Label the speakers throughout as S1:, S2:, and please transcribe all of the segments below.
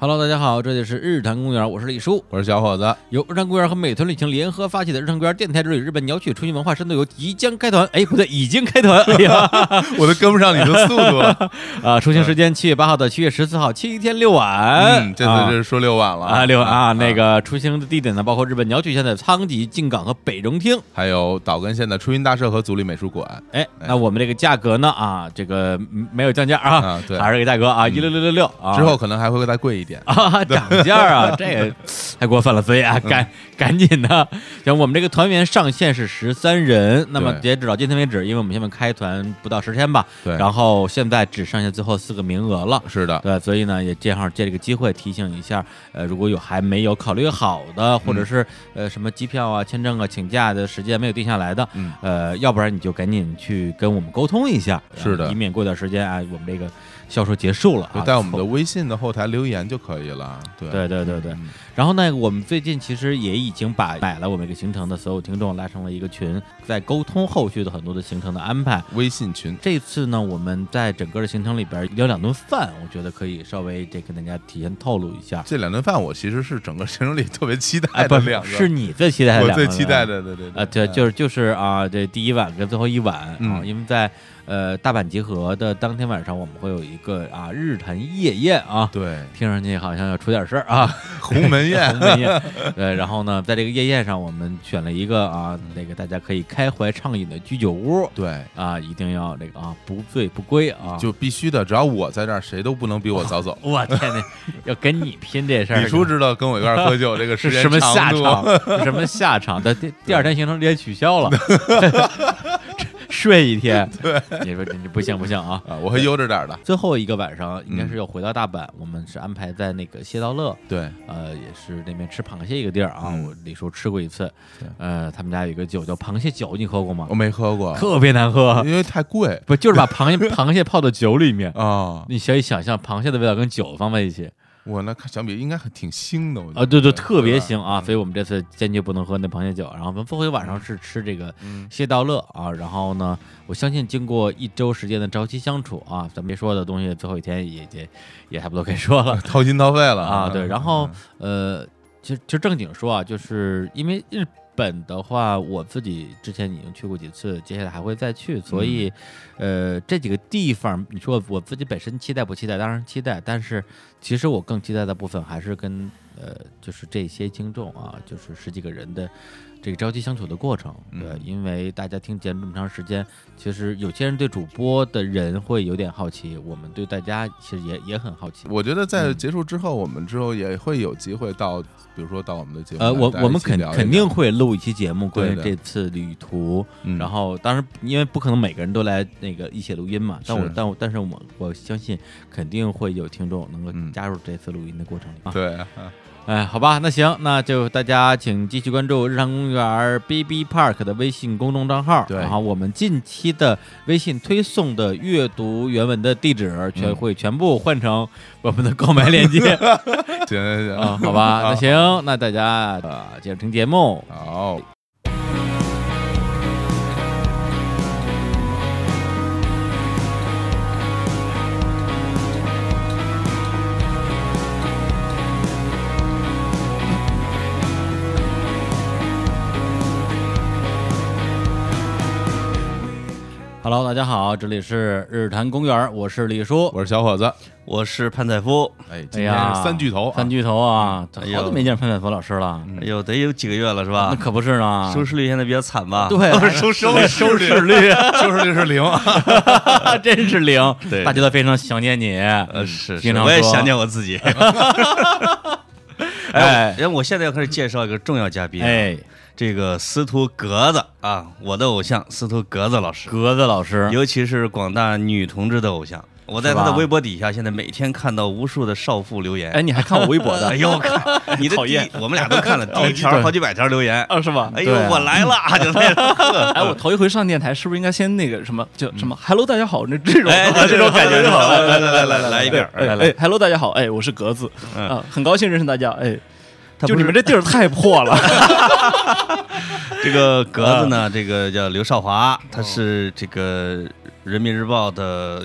S1: Hello，大家好，这里是日坛公园，我是李叔，
S2: 我是小伙子。
S1: 由日坛公园和美团旅行联合发起的日坛公园电台之旅日本鸟取春运文化深度游即将开团，哎，不对，已经开团，哎 呀，
S2: 我都跟不上你的速 度了。
S1: 啊，出行时间七月八号到七月十四号，七天六晚，
S2: 嗯，这次是说六晚了
S1: 哎啊六晚啊，那个出行的地点呢，包括日本鸟取县的仓吉、静冈和北荣町。
S2: 还有岛根县的春云大社和足立美术馆。
S1: 哎，那我们这个价格呢啊，这个嗯没有降价啊
S2: 啊，对
S1: 还是这个价格啊，一六六六六啊，
S2: 之后可能还会再贵一点。
S1: 啊，涨价 啊，这个太过分了，所以啊，
S2: 嗯
S1: 赶赶紧的，行，我们这个团员上限是十三人，那么
S2: 对
S1: 截止到今天为止，因为我们现在开团不到十天吧，
S2: 对啊
S1: 然后现在只剩下最后四个名额了。
S2: 是的，
S1: 对，所以呢，也正好借这个机会提醒一下，呃，如果有还没有考虑好
S2: 嗯
S1: 的，或者是、呃什么机票啊、签证啊、请假的时间没有定下来的，
S2: 嗯
S1: 呃，要不然你就赶紧去跟我们沟通一下，
S2: 是的
S1: 以免过段时间啊，我们这个销售结束了啊，
S2: 就在我们
S1: 凑
S2: 的微信的后台留言就可以了。对
S1: 对对对对
S2: 嗯，
S1: 然后呢，我们最近其实也已经把买了我们这个行程的所有听众拉成了一个群，在沟通后续的很多的行程的安排。
S2: 微信群
S1: 这次呢，我们在整个的行程里边有两顿饭，我觉得可以稍微这跟大家提前透露一下。
S2: 这两顿饭，我其实是整个行程里特别期
S1: 哎，
S2: 待
S1: 不
S2: 的
S1: 是
S2: 两，个，
S1: 是你最期待的
S2: 我
S1: 两个
S2: 最
S1: 人，
S2: 期待的。对对对，
S1: 啊，对，
S2: 嗯
S1: 就是就是啊，这第一晚跟最后一晚啊，
S2: 嗯
S1: 因为在呃大阪集合的当天晚上，我们会有一个啊日坛夜宴啊，
S2: 对
S1: 听上去好像要出点事儿啊。
S2: 鸿门宴
S1: 鸿。门宴。对，然后呢，在这个夜宴上，我们选了一个啊，那个大家可以开怀畅饮的居酒屋
S2: 对，
S1: 啊，一定要这个啊，不醉不归啊。
S2: 就必须的，只要我在这儿，谁都不能比我早走。
S1: 我天呐，要跟你拼这事儿，
S2: 李叔知道跟我一块儿喝酒这 个
S1: 是
S2: 时间
S1: 什么下
S2: 长度啊
S1: 场？ 是什么下场？但第第二天行程直接取消了， 睡一天。对，你说你不行不行啊！
S2: 啊？我会悠着点儿的。
S1: 最后一个晚上应该
S2: 嗯
S1: 是要回到大阪，我们是安排在那个谢道乐，
S2: 对，
S1: 呃，也是那边吃螃蟹一个地儿啊，
S2: 嗯
S1: 我李叔吃过一次
S2: 对，
S1: 呃，他们家有一个酒叫螃蟹酒，你喝过吗
S2: 我？没喝过，啊
S1: 特别难 喝，
S2: 因为太贵
S1: 不就是把螃蟹螃蟹泡到酒里面，
S2: 啊。
S1: 你可以想象螃蟹的味道跟酒放在一起
S2: 我那看相比应该很挺腥的，我觉得
S1: 啊，对对，
S2: 对，
S1: 特别
S2: 对吧
S1: 腥啊，所以我们这次坚决不能喝那螃蟹酒。然后我们最后一晚上是吃这个
S2: 嗯
S1: 蟹道乐啊，然后呢，我相信经过一周时间的朝夕相处啊，咱别说的东西，最后一天也也也差不多可以说了。
S2: 掏心掏肺了嗯
S1: 啊，对，然后呃，其实其实正经说啊，就是因为日本的话，我自己之前已经去过几次，接下来还会再去，所以、
S2: 嗯
S1: 呃，这几个地方，你说我自己本身期待不期待？当然期待，但是其实我更期待的部分还是跟呃，就是这些听众啊，就是十几个人的。这个朝夕相处的过程，对，
S2: 嗯
S1: 因为大家听节目这么长时间，其实有些人对主播的人会有点好奇，我们对大家其实也也很好奇。
S2: 我觉得在
S1: 嗯
S2: 结束之后，我们之后也会有机会到，比如说到我们的节目来，
S1: 呃，我
S2: 大家
S1: 我们
S2: 一起
S1: 肯
S2: 聊一
S1: 肯
S2: 聊
S1: 定，会录一期节目关于
S2: 对
S1: 这
S2: 的
S1: 次旅途，
S2: 嗯
S1: 然后当然因为不可能每个人都来那个一起录音嘛，但我
S2: 是
S1: 但我但是我我相信肯定会有听众能够
S2: 嗯
S1: 加入这次录音的过程里啊。
S2: 对，
S1: 哎，好吧，那行，那就大家请继续关注日常公园 B B Park 的微信公众账号，
S2: 对
S1: 然后我们近期的微信推送的阅读原文的地址全
S2: 嗯
S1: 会全部换成我们的购买链接
S2: 行行行
S1: 啊，好 吧，那，行，那大家呃接着听节目。
S2: 好，
S1: Hello，大家好，这里是日坛公园，我是李叔。
S2: 我是小伙子，
S3: 我是潘采夫，
S2: 哎，
S1: 哎
S2: 今天
S1: 呀，
S2: 是三巨头啊，
S1: 三巨头啊，好
S3: 哎呦
S1: 久没见潘玮柏老师了，
S2: 嗯
S3: 哎呦，得有几个月了是
S1: 那
S3: 吧？
S1: 可不是呢。
S3: 收视率现在比较惨吧？
S1: 对，
S2: 收收收视率，收视率是零，
S1: 真是零。
S3: 对
S1: 大家都非常想念你。
S3: 呃，是，
S1: 经
S3: 是
S1: 常
S3: 我也
S1: 说
S3: 想念我自己。
S1: 哎
S3: 哎，然后我现在要开始介绍一个重要嘉宾，，啊
S1: 哎，
S3: 这个司徒格子啊，我的偶像司徒格子老师，
S1: 格子老师，
S3: 尤其是广大女同志的偶像，我在他的
S1: 吧
S3: 微博底下，现在每天看到无数的少妇留言。
S4: 哎，你还看我微 博
S3: 哎
S4: 的？
S3: 呦，我靠！你的
S4: 讨
S3: 第一
S4: 厌，
S3: 我们俩都看了第一条，好几百条留言。
S4: 啊，是吧？
S3: 哎呦
S2: 对，啊
S3: 我来了，就那种
S4: 哎，我头一回上电台，是不是应该先那个什么，就什么 “hello，大家好”那这 种
S3: 嗯
S4: 啊
S3: 哎，
S4: 这种感觉是
S3: 好。
S4: 吧？
S3: 来来来来来来一遍，
S4: 哎
S3: 来来
S4: 哎，，hello，大家好，哎，我是格子
S3: 嗯
S4: 啊，很高兴认识大家，哎，
S3: 他
S4: 就
S3: 不是
S4: 你们这地儿太破了，
S3: 这个格子
S2: 啊
S3: 呢，这个叫刘少
S2: 哦
S3: 华，他是这个人民日报的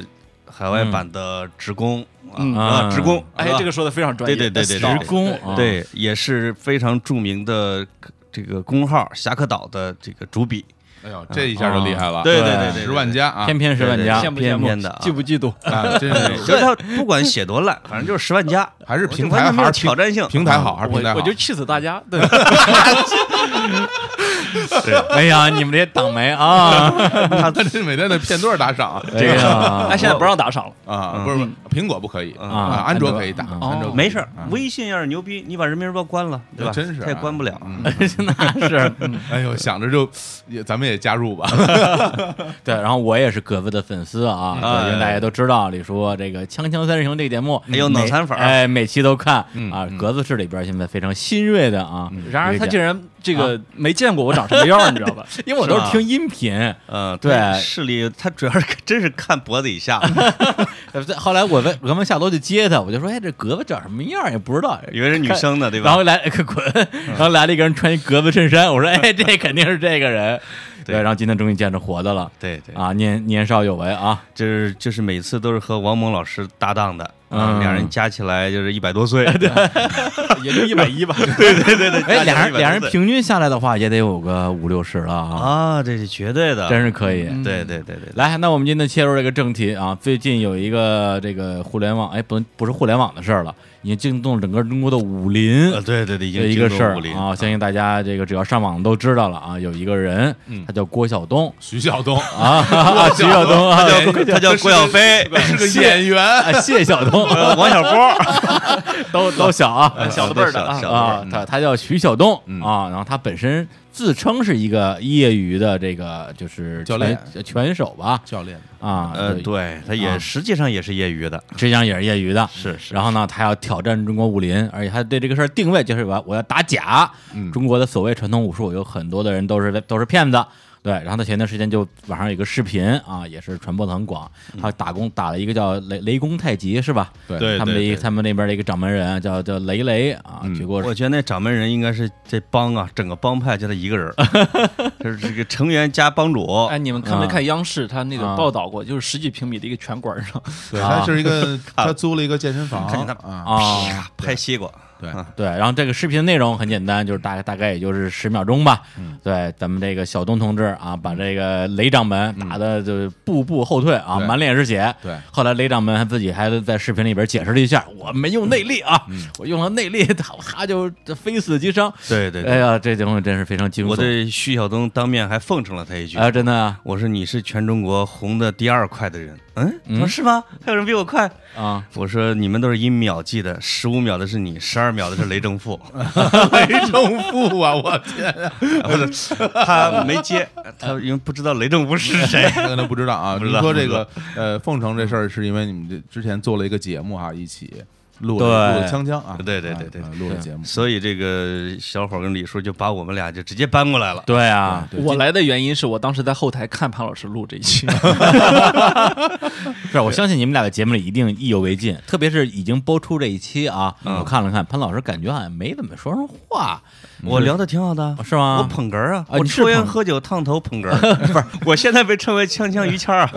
S3: 海外版的职工
S4: 嗯
S3: 啊，
S1: 嗯
S3: 职工，
S4: 哎，这个说的非常专业，
S3: 对对对对对
S4: 哎
S1: 职工
S4: 对
S2: 哦
S1: 啊
S3: 对，也是非常著名的这个公号侠客岛的这个主笔，
S2: 哎呦，这一下就厉害
S1: 啊
S2: 了，
S3: 对对对对对
S2: 十万加 啊，
S1: 偏偏十万
S3: 对
S1: 加
S3: 对
S4: 羡，慕羡
S3: 边
S4: 慕
S3: 边的啊，
S4: 嫉不嫉妒？
S2: 啊，真
S3: 对，
S2: 是
S3: 就是他不管写 多烂，反正就是十万加，
S2: 还是平
S3: 我就完
S2: 台
S3: 全没
S2: 还
S3: 有
S2: 是
S3: 挑战性，
S2: 平台好还是
S4: 我
S2: 平台好？
S4: 我就气死大 家，对，
S1: 哎呀，你们这些党媒啊，
S2: 他 他这每天得骗多少打赏啊
S1: 这
S4: 哎，
S1: 个
S4: 现在不让打赏了，
S2: 啊？不是不是，苹果不可以啊，安卓可以打，
S4: 嗯
S1: 安
S2: 安卓可
S4: 哦
S2: 以
S3: 嗯没事儿
S2: 啊，
S3: 微信要是牛逼，你把人民日报关了，对吧？
S2: 真是啊
S3: 他也关不了。
S2: 嗯
S1: 那是
S4: 嗯
S3: 嗯
S2: 哎呦，想着就也咱们也加入吧，
S1: 对。然后我也是格子的粉丝啊，
S3: 哎
S1: 对因为大家都知道，李叔这个《锵锵三人行》这个节目，
S3: 哎呦
S1: 每
S3: 脑残粉儿
S1: 哎，每期都看啊
S2: 嗯。
S1: 格子室里边现在非常新锐的啊，
S3: 嗯
S4: 然而他竟
S1: 然
S4: 然这
S3: 啊
S4: 个没见过我长什么样儿，你知道 吧？
S1: 因为我都
S3: 是
S1: 是
S3: 吧
S1: 听音频，
S3: 嗯，
S1: 对
S3: 他视力他主要是真是看脖子 以下，
S1: 呃在后来我问，我刚刚下楼就接他，我就说：“哎，这格子长什么样儿也不知道。”
S3: 以为是女生呢，对
S1: 然
S3: 吧？
S1: 后来 哎滚，然后来了一个人穿一格子衬衫，我说：“哎，这肯定是这个人。”对，
S3: 对
S1: 然后今天终于见着活的了
S3: 对对，
S1: 啊！年年少有为啊，
S3: 就是就是每次都是和王蒙老师搭档的，
S1: 嗯
S3: 啊，两人加起来就是一百多岁，对
S4: 也就一百一吧，
S3: 对对对，
S1: 哎，
S3: 加
S1: 俩人
S3: 起来100多岁
S1: 俩人平均下来的话，也得有个五六十了啊，
S3: 啊，这是绝对的，
S1: 真是可以。
S4: 嗯
S3: 对对对对，
S1: 来，那我们今天切入这个正题啊，最近有一个这个互联网，哎，不不是互联网的事儿了，已经惊动了整个中国的武林。
S3: 呃，对对对，已
S1: 有
S3: 经
S1: 一
S3: 进入
S1: 个事儿
S3: 武林
S1: 啊，相信大家这个只要上网都知道了啊，有一个人，
S3: 嗯
S1: 他叫郭晓 东
S2: 徐晓东
S1: 啊，徐晓东啊，
S3: 他
S4: 哎
S3: 叫他叫郭小飞，
S2: 是个演员，
S1: 啊谢晓东，
S3: 呃王小波，
S1: 都都小啊
S4: 呃小个辈儿的
S3: 小小个辈儿
S1: 啊，他他叫徐晓东
S3: 嗯
S1: 啊，然后他本身自称是一个业余的这个就是
S2: 教练
S1: 拳拳手吧
S2: 教练，
S1: 啊，
S3: 呃，
S1: 对
S3: 对，他
S1: 啊
S3: 也实际上也是业余的，
S1: 实际上也是业余的，
S3: 是是
S1: 然后呢，他要挑战中国武林，而且他对这个事儿定位就是我我要打假。
S2: 嗯
S1: 中国的所谓传统武术，有很多的人都是都是骗子。对，然后他前段时间就网上有一个视频啊，也是传播的很广，他打工打了一个叫雷雷公太极是吧？
S2: 对
S3: 嗯对
S1: 他们的一
S3: 对对
S1: 他们那边的一个掌门人啊叫叫雷雷啊，
S2: 嗯
S1: 结果是
S3: 我觉得那掌门人应该是这帮啊，整个帮派就他一个人儿， 就是这个成员加帮主。
S4: 哎，你们看没
S1: 啊
S4: 看央视他那个
S1: 啊
S4: 报道过，就是十几平米的一个拳馆上，
S2: 对
S1: 啊
S2: 他是一个，他租了一个健身房，
S3: 看见他
S2: 啊，
S1: 啊，
S3: 啪拍西瓜，
S2: 对，
S1: 对，然后这个视频内容很简单，就是大大概也就是十秒钟吧。
S3: 嗯
S1: 对，咱们这个小东同志啊，把这个雷掌门
S3: 嗯
S1: 打的就是步步后退啊，
S2: 对
S1: 满脸是血。
S2: 对
S1: 后来雷掌门还自己还在视频里边解释了一下，我没用内力啊，我用了内力，他他就非死即伤。
S3: 对对
S1: 哎
S3: 对，
S1: 呀，这东西真是非常惊悚。
S3: 我对徐晓东当面还奉承了他一句
S2: 呃
S1: 啊，真的啊
S3: 我说你是全中国红的第二快的人，嗯，他说是吗？还有人比我快？
S1: 啊，
S3: 我说你们都是以秒计的，十五秒的是你，十二秒的是雷正富。
S2: 雷正富啊，我天，
S3: 不是，他没接，他因为不知道雷正富 是谁。
S2: 他可能不知道啊。
S3: 不
S2: 你
S3: 知道
S2: 说这个呃，奉承这事儿，是因为你们这之前做了一个节目哈，一起录了
S1: 对
S2: 录了锵锵啊，
S3: 对对对对
S2: 啊录了节目，
S3: 所以这个小伙儿跟李叔就把我们俩就直接搬过来了。
S1: 对啊，
S2: 对
S4: 我来的原因是我当时在后台看潘老师录这一期，
S1: 是我相信你们俩在节目里一定意犹未尽，特别是已经播出这一期啊，我看了看潘老师，感觉好像没怎么说上话，
S3: 我聊的挺好的，啊
S1: 是吗？
S3: 我捧哏儿啊，
S1: 啊
S3: 我
S1: 你是
S3: 抽烟
S1: 捧
S3: 喝酒烫头捧哏儿，不是，我现在被称为锵锵于谦儿啊，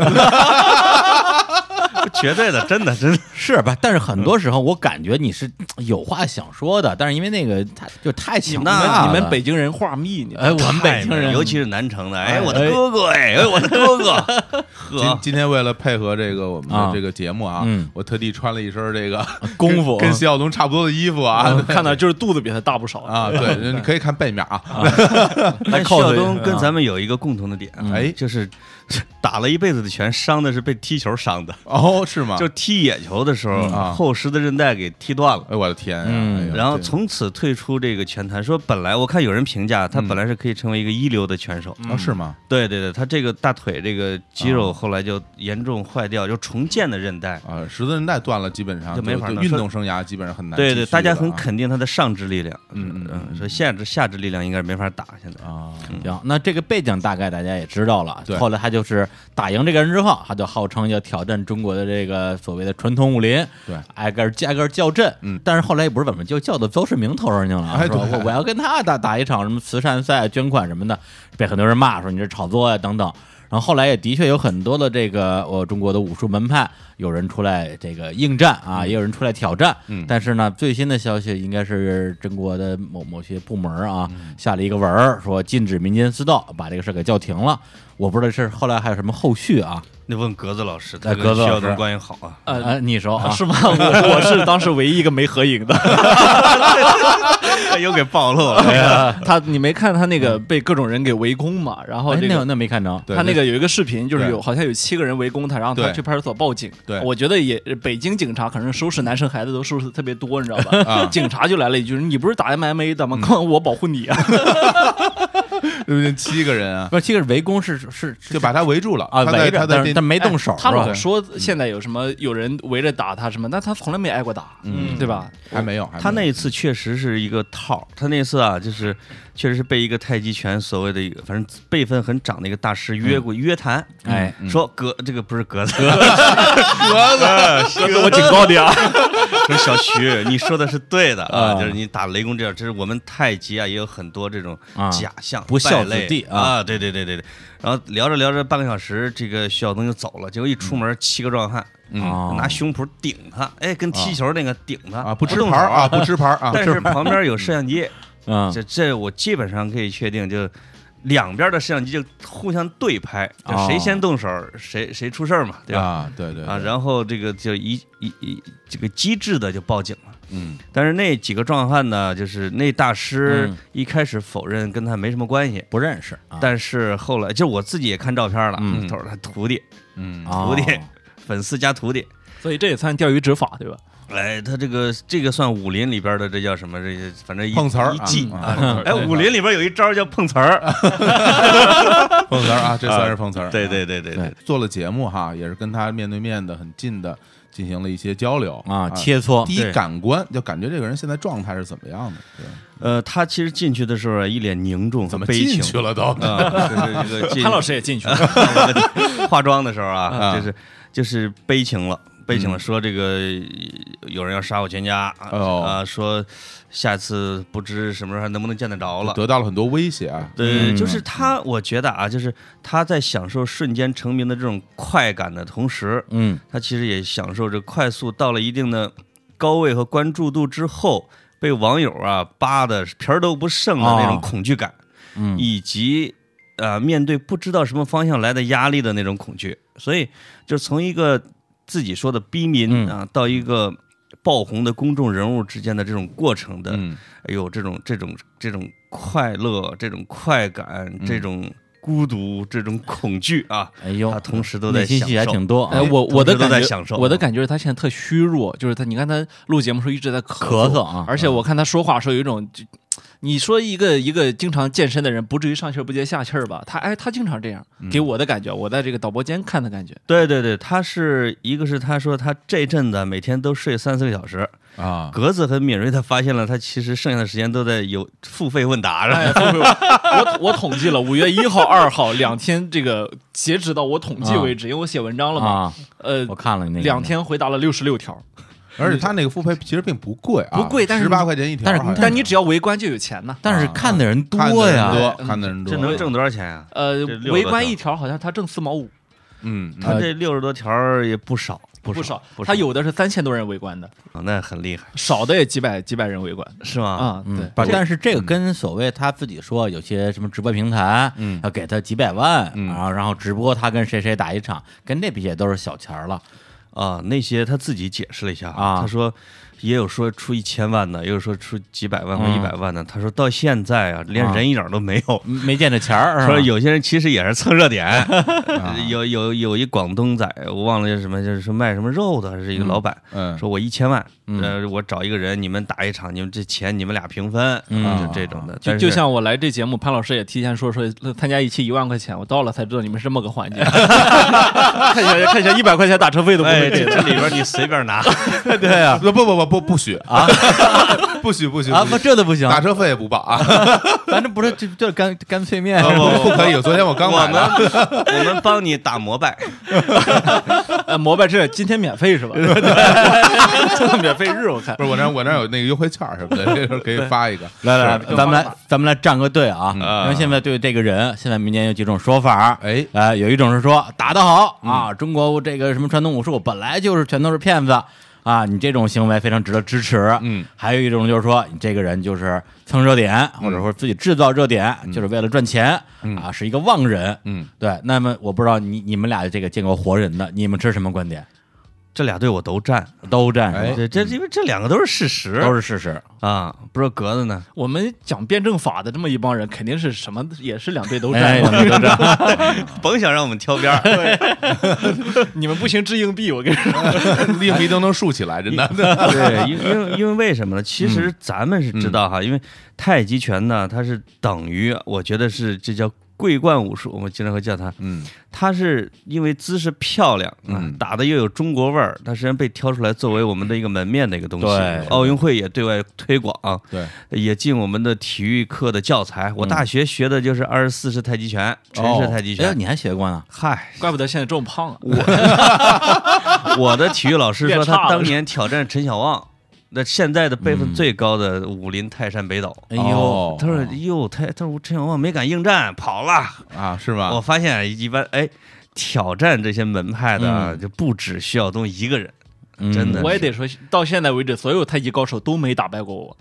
S3: 绝对的，真的真的，
S1: 是吧？但是很多时候我感觉你是有话想说的，但是因为那个他就太强大了。
S4: 那你们北京人话密，你知道吗
S1: 哎，我们北京人
S3: 尤其是南城的，哎，
S1: 哎
S3: 我的哥哥哎，哎，我的哥哥，
S2: 今
S3: 呵，
S2: 今天为了配合这个我们
S1: 啊
S2: 的这个节目啊
S1: 嗯，
S2: 我特地穿了一身这个
S1: 功夫
S4: 啊
S2: 跟跟徐晓东差不多的衣服啊
S4: 看到就是肚子比他大不少
S2: 啊，对，你可以看背面啊，
S3: 但
S1: 扣
S3: 孝
S1: 子
S3: 东跟
S1: 啊
S3: 咱们有一个共同的点，
S2: 哎
S3: 就是打了一辈子的拳，伤的是被踢球伤的，
S2: 哦，是吗？
S3: 就踢野球的时候
S1: 嗯
S2: 啊，
S3: 后十字韧带给踢断了。
S2: 哎，我的天呀！
S1: 嗯
S2: 哎呀
S3: 然后
S2: 对
S3: 从此退出这个拳坛，说本来我看有人评价他
S2: 嗯
S3: 本来是可以成为一个一流的拳手，
S2: 哦是吗？
S3: 对对对，他这个大腿这个肌肉
S2: 哦
S3: 后来就严重坏掉，就重建的韧带。
S2: 啊，十字韧带断了，基本上
S3: 就没法弄
S2: 运
S3: 说
S2: 动生涯基本上很难继续
S3: 对
S2: 的啊。
S3: 对，大家很 肯定他的上肢力量，呃
S2: 嗯嗯嗯
S3: 说下肢下肢力量应该是没法打现在。
S2: 啊，
S1: 行，那这个背景大概大家也知道了。
S2: 对
S1: 后来他就是打赢这个人之后，他就号称要挑战中国的这个所谓的传统武林，
S2: 对
S1: 挨个儿挨个儿较真。
S2: 嗯，
S1: 但是后来也不是怎么就叫到邹市明头上去了啊，
S2: 哎
S1: 说
S2: 对
S1: 我我要跟他打打一场什么慈善赛、捐款什么的，被很多人骂说你这炒作呀、等等。然后后来也的确有很多的这个我、中国的武术门派有人出来这个应战啊，也有人出来挑战。
S2: 嗯
S1: 但是呢，最新的消息应该是中国的某某些部门啊、
S4: 嗯
S1: 下了一个文儿，说禁止民间私斗，把这个事儿给叫停了。我不知道这事儿后来还有什么后续啊？
S3: 那问格子老师，他
S1: 哎
S3: 跟
S1: 格子
S3: 徐
S1: 老
S3: 晓东
S1: 师
S3: 关系好啊。
S1: 呃，你熟啊？
S4: 是吗？我我是当时唯一一个没合影的。
S3: 又给暴露了。
S4: 啊他你没看他那个被各种人给围攻嘛？然后
S1: 哎，
S4: 这
S1: 那
S4: 个
S1: 那没看成。
S2: 对
S4: 他那个有一个视频，就是
S2: 对
S4: 有好像有七个人围攻他，然后他
S2: 对
S4: 去派出所报警。
S2: 对
S4: 我觉得也北京警察可能收拾男生孩子都收拾得特别多，你知道吧？
S2: 啊
S4: 警察就来了一句：“你不是打 MMA 的吗？光我保护你啊
S2: 对不对？七个人 啊，
S1: 不是，其实围攻是是是
S2: 就把他围住了
S1: 啊
S2: 他
S1: 围
S2: 在
S1: 着，
S2: 他
S1: 但
S2: 在
S1: 是
S2: 电
S1: 但
S4: 哎
S1: 没动手！”。
S4: 他
S1: 是吧
S4: 老说现在有什么有人围着打他什么，但他从来没挨过打，
S2: 嗯
S4: 对吧？
S2: 还没有，还没有
S3: 他那一次确实是一个套儿，他那次啊，就是确实是被一个太极拳所谓的一个，反正辈分很长的一个大师约过、约谈，
S1: 哎
S2: 嗯
S3: 说格这个不是格子，
S4: 我警告你啊！
S3: 说小徐，你说的是对的啊，
S1: 啊
S3: 就是你打雷公这样，这是我们太极啊，也有很多这种
S1: 啊
S3: 假象、
S1: 不孝
S3: 败
S1: 子
S3: 类
S1: 弟啊
S3: 啊，对对对对对。然后聊着聊着半个小时，这个徐晓东就走了，结果一出门，
S2: 嗯
S3: 七个壮汉
S1: 哦
S3: 拿胸脯顶他，哎，跟踢球那个顶他
S2: 啊，不吃
S3: 动
S2: 牌儿
S3: 手
S2: 啊，不吃牌儿啊，
S3: 但是旁边有摄像机，
S1: 嗯
S3: 这这我基本上可以确定，就两边的摄像机就互相对拍，就
S1: 哦
S3: 谁先动手，谁谁出事儿嘛，对吧？
S2: 啊，对对
S3: 啊，
S2: 对
S3: 然后这个就一一一这个机智的就报警了。
S2: 嗯
S3: 但是那几个壮汉呢，就是那大师
S1: 嗯
S3: 一开始否认跟他没什么关系，
S1: 不认识啊，
S3: 但是后来就我自己也看照片了，
S1: 嗯
S3: 都是他徒弟、
S2: 嗯
S1: 哦
S3: 徒弟、粉丝加徒弟。
S4: 所以这也算钓鱼执法，对吧？
S3: 哎，他这个这个算武林里边的，这叫什么？这些反正一
S2: 碰瓷儿
S3: 一
S2: 啊
S3: 技
S1: 哦
S2: 嗯
S3: 啊
S2: 碰。瓷
S3: 哎，
S2: 儿
S3: 武林里边有一招叫碰瓷儿。
S2: 碰瓷儿啊，这算是碰瓷儿。
S3: 对对对对对，
S2: 做了节目哈，也是跟他面对面的很近的进行了一些交流
S1: 啊，切磋
S2: 第
S3: 对
S2: 一感官就感觉这个人现在状态是怎么样的，对
S3: 呃，他其实进去的时候啊一脸凝重和
S2: 怎么
S3: 悲
S2: 进
S3: 情
S2: 去了 都嗯
S3: 啊，就是这个进
S4: 潘老师也进去了，
S3: 化妆的时候啊，
S2: 啊
S3: 就是就是悲情了，悲情了，
S2: 嗯
S3: 说这个有人要杀我全家啊、
S2: 哦
S3: 啊，说下次不知什么时候还能不能见得着了。
S2: 得到了很多威胁啊。
S3: 对，
S1: 嗯
S3: 就是他，我觉得啊，就是他在享受瞬间成名的这种快感的同时，
S1: 嗯
S3: 他其实也享受着快速到了一定的高位和关注度之后，被网友啊扒的皮儿都不剩的那种
S1: 哦
S3: 恐惧感，
S1: 嗯
S3: 以及呃面对不知道什么方向来的压力的那种恐惧。所以，就从一个自己说的逼民
S1: 嗯
S3: 啊，到一个爆红的公众人物之间的这种过程的，
S2: 嗯，
S3: 哎呦，这种这种这种快乐，这种快感，
S1: 嗯
S3: 这种孤独，这种恐惧啊，
S1: 哎呦
S3: 他，同时都在
S1: 内心
S3: 享
S1: 戏还
S3: 受。
S1: 挺多啊
S4: 哎，，我我的
S3: 同时都
S4: 感
S3: 在
S4: 觉，
S3: 享受
S4: 我的感觉是他现在特虚弱，就是他，你看他录节目时候一直在咳
S1: 咳嗽啊
S4: 而且我看他说话的时候有一种，就你说一个一个经常健身的人，不至于上气儿不接下气儿吧？他哎，他经常这样，给我的感觉，我在这个导播间看的感觉，
S3: 对对对，他是一个是他说他这阵子每天都睡三四个小时，
S2: 啊，
S3: 格子很敏锐的发现了他其实剩下的时间都在有付费问答上。
S4: 哎，不不不我我统计了五月一号、二号两天，这个截止到我统计为止，因为我写文章了嘛，
S1: 啊，
S4: 呃
S1: 我，看了你那个
S4: 两，天回答了六十六条，
S2: 而且他那个付费其实并不贵啊，
S4: 不贵但是
S2: 十八块钱一条，
S1: 但是
S2: 好像
S4: 但你只要围观就有钱呢。
S1: 但是
S2: 啊
S1: 看的人多
S2: 看的人
S1: 呀，
S2: 多，看的人多，
S3: 这能挣多少钱啊？
S4: 呃
S3: 这，六
S4: 围
S3: 个
S4: 观
S3: 条
S4: 一条好像他挣四毛五，
S2: 嗯，嗯
S3: 他这六十多条儿也不少，不
S4: 不
S3: 少
S4: 少，，
S3: 不
S4: 他有的是三千多人围观的，
S3: 哦那很厉害，
S4: 少的也几百几百人围观
S3: 是吗？
S4: 啊，
S1: 嗯
S4: 对，，
S1: 不是但是这个跟所谓他自己说有些什么直播平台，
S2: 嗯
S1: 要给他几百万，啊
S2: 嗯
S1: 然后然后直播他跟谁谁打一场，跟这比也都是小钱儿了。
S3: 啊，那些他自己解释了一下
S1: 啊
S3: 他说也有说出一千万的，也有说出几百万或
S1: 嗯
S3: 一百万的，他说到现在啊，连
S1: 啊
S3: 人影儿都没有。
S1: 没见着钱儿，是吧
S3: 说有些人其实也是蹭热点，
S2: 啊
S3: 有有有一广东仔，我忘了叫什么，就是卖什么肉的，还是一个
S1: 嗯
S3: 老板，
S2: 嗯
S3: 说我一千万，
S1: 嗯
S3: 呃，我找一个人，你们打一场，你们这钱你们俩平分，
S1: 嗯
S3: 就这种的。
S4: 就
S3: 但
S4: 就是像我来这节目，潘老师也提前说说参加一期一万块钱，我到了才知道你们是这么个环节。看起来看起来一百块钱打车费都不
S3: 哎，
S4: 会
S3: 这
S4: 给的。
S3: 这里边你随便拿，
S1: 对呀，
S2: 啊不不不不不许啊， 不许不许
S1: 啊
S2: 不
S1: 不
S2: 许
S1: 这都不行，
S2: 打车费也不报啊，
S1: 咱这不是这这干干脆面
S3: 哦
S2: 不
S1: 是 吧
S2: 不可以。昨天我刚
S3: 我
S2: 买的，
S3: 们我们帮你打摩拜，
S4: 呃，摩拜这今天免费是吧？免费日我看
S2: 不是我那我那有那个优惠券什么的，这时候可以发一个。
S1: 来来，
S4: 是
S1: 咱们来咱们来站个队啊，
S3: 嗯
S1: 因为现在对这个人，现在民间有几种说法。
S2: 哎嗯
S1: 哎，有一种是说打得好啊，中国这个什么传统武术本来就是全都是骗子啊，你这种行为非常值得支持。
S2: 嗯，
S1: 还有一种就是说你这个人就是蹭热点，或者说自己制造热点，就是为了赚钱啊，是一个妄人。
S2: 嗯，
S1: 对。那么我不知道你你们俩这个见过活人的，你们持什么观点？
S3: 这俩队我都占。
S1: 都站是吧
S2: 哎
S3: 这这因为这两个都是事实，
S1: 都是事实。
S3: 啊，不是格子呢，
S4: 我们讲辩证法的这么一帮人，肯定是什么也是两队都
S1: 哎
S4: 占。
S1: 两队都 占
S2: 哦
S3: 甭想让我们挑边儿。
S4: 你们不行掷硬币，我跟你说。
S2: 硬币都能竖起来，真的。
S3: 对，因因为因为为什么呢？其实咱们是知道哈，因为太极拳呢，它是等于我觉得是这叫桂冠武术，我们经常会叫它，
S2: 嗯
S3: 它是因为姿势漂亮啊
S2: 嗯，
S3: 打的又有中国味儿，它实际上被挑出来作为我们的一个门面的一个东西
S1: 对。
S3: 奥运会也对外推广、
S2: 对，
S3: 也进我们的体育课的教材。我大学学的就是二十四式太极拳、陈式太极
S1: 哎，
S3: 拳。
S1: 你还学过呢？
S3: 嗨，
S4: 怪不得现在这么胖啊！
S3: 我的体育老师
S4: 练
S3: 说，
S4: 差
S3: 他
S4: 了
S3: 当年挑战陈小望，那现在的辈分
S1: 嗯
S3: 最高的武林泰山北斗。
S1: 哎呦，
S2: 哦
S3: 他说：“哟，他他说陈小望没敢应战，跑了。
S2: 啊，是
S3: 我
S2: 吧？
S3: 发现一般哎，挑战这些门派
S4: 嗯
S3: 的就不止徐晓东一个人，
S1: 嗯
S3: 真的
S4: 我也得说，到现在为止，所有太极高手都没打败过我。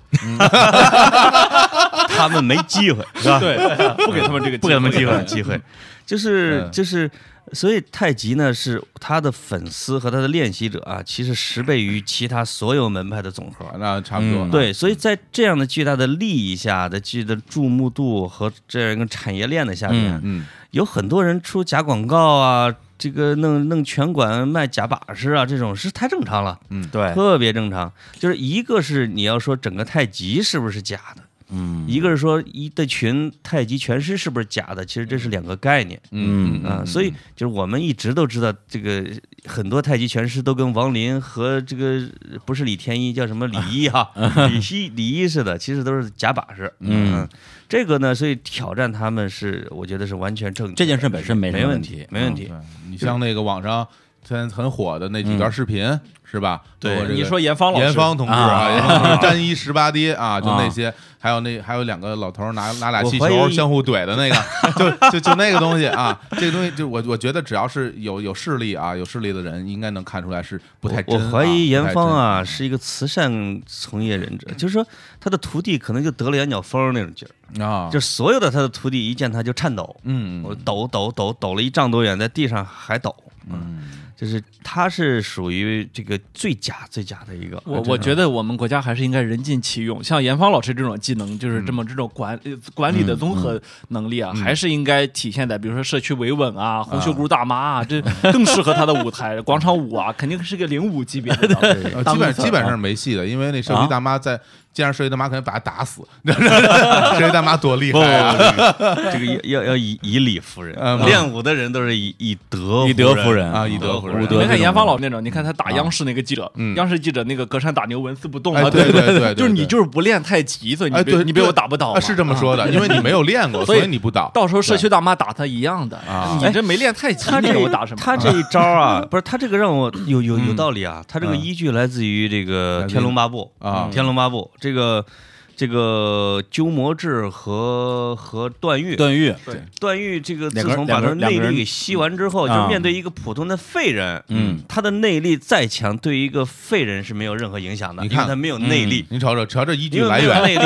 S3: 他们没机 会，是吧？
S4: 对，不给他们这个
S3: 不给他们机会，
S4: 会。
S3: 机会，就是
S2: 嗯
S3: 就是，所以太极呢是他的粉丝和他的练习者啊，其实十倍于其他所有门派的总和。
S2: 那差不多。啊
S1: 嗯，
S3: 对，所以在这样的巨大的利益下，在巨大的注目度和这样一个产业链的下面，
S2: 嗯
S3: 有很多人出假广告啊，这个弄弄拳馆卖假把式啊，这种是太正常了，
S1: 对，
S3: 特别正常。就是一个是你要说整个太极是不是假的，
S1: 嗯
S3: 一个是说一的群太极拳师是不是假的，其实这是两个概念。
S1: 嗯
S3: 啊，所以就是我们一直都知道，这个很多太极拳师都跟王林和这个不是李天一叫什么李一哈， 李一李一似的，其实都是假把式。
S1: 啊嗯，
S3: 这个呢，所以挑战他们是，我觉得是完全正确的。
S1: 这件事本身没什
S3: 没
S1: 么
S3: 问
S1: 问题嗯
S3: 没问
S2: 对
S3: 题。
S2: 你像那个网上现在很火的那几段视频，是吧？包括这个
S4: 哦你说严芳老师，
S2: 严芳同志
S1: 啊
S2: 啊，严芳同志沾衣十八跌啊，就
S1: 啊
S2: 那些，还有那还有两个老头儿拿拿俩
S3: 我
S2: 气
S3: 怀
S2: 球
S3: 疑
S2: 相互怼的那个，就就就那个东西啊，这个东西就我我觉得只要是有有势力啊，有势力的人应该能看出来是不太
S3: 我
S2: 真啊
S3: 怀疑严芳，啊
S2: 不太真
S3: 是一个慈善从业人者，就是说他的徒弟可能就得了眼角风那种劲儿，
S2: 啊，
S3: 就所有的他的徒弟一见他就颤抖，
S2: 嗯
S3: 我抖抖抖抖了一丈多远，在地上还抖。
S2: 嗯
S3: 就是他是属于这个最假最假的一个。
S2: 啊
S4: 我我觉得我们国家还是应该人尽其用，像严芳老师这种技能，就是
S2: 嗯
S4: 这么这种管、呃管理的综合能力啊，还是应该体现在比如说社区维稳啊、红袖箍大妈 啊，这更适合他的舞台。广场舞啊，肯定是个领舞级别 的了。
S2: 呃
S1: 当
S2: 基本
S1: 一次
S2: 基本上是没戏的，因为那社区大妈在见着社区大妈可能把她打死，社区大妈多厉害啊！
S3: 这个要要要以以理服人
S2: 嗯，
S3: 练武的人都是以以德
S1: 以德服人
S2: 啊以德服人
S1: 武
S4: 你
S1: 德
S4: 看
S1: 这
S4: 严
S1: 种
S4: 芳老师那种，你看他打央视那个记者，央视记者那个隔山打牛纹丝不动
S2: 啊嗯哎
S4: 啊，
S2: 对
S4: 不
S2: 对对对
S4: 就是你
S2: 对
S4: 就是不练太极，所以你
S2: 哎，
S4: 被
S2: 对，
S4: 你被我
S2: 对
S4: 打不倒嘛
S2: 啊，是这么说的，因为你没有练过，
S4: 所
S2: 所
S4: 以
S2: 以你不倒。
S4: 到时候社区大妈打他一样的
S2: 啊，
S4: 你这没练太极，
S3: 他
S4: 你
S3: 这
S4: 给我打什么？
S3: 他这一招 啊，不是他这个让我有有有道理啊。他这个
S2: 嗯
S3: 依据来自于这个
S2: 来
S3: 《
S2: 自于
S3: 天龙八部》
S2: 啊
S3: 天龙八部》这个这个鸠摩智和和段誉，
S1: 段誉，
S3: 段誉这个自
S1: 两个
S3: 从把他
S1: 两个
S3: 内
S1: 两个人
S3: 力给吸完之后，就
S1: 啊
S3: 面对一个普通的废人，
S1: 嗯，
S3: 他的内力再强，对一个废人是没有任何影响的，
S2: 你
S3: 因为
S2: 看
S3: 他没有内力，
S2: 您瞅瞅，瞧这依据
S3: 因为
S2: 来
S3: 没有
S2: 源，
S3: 内力，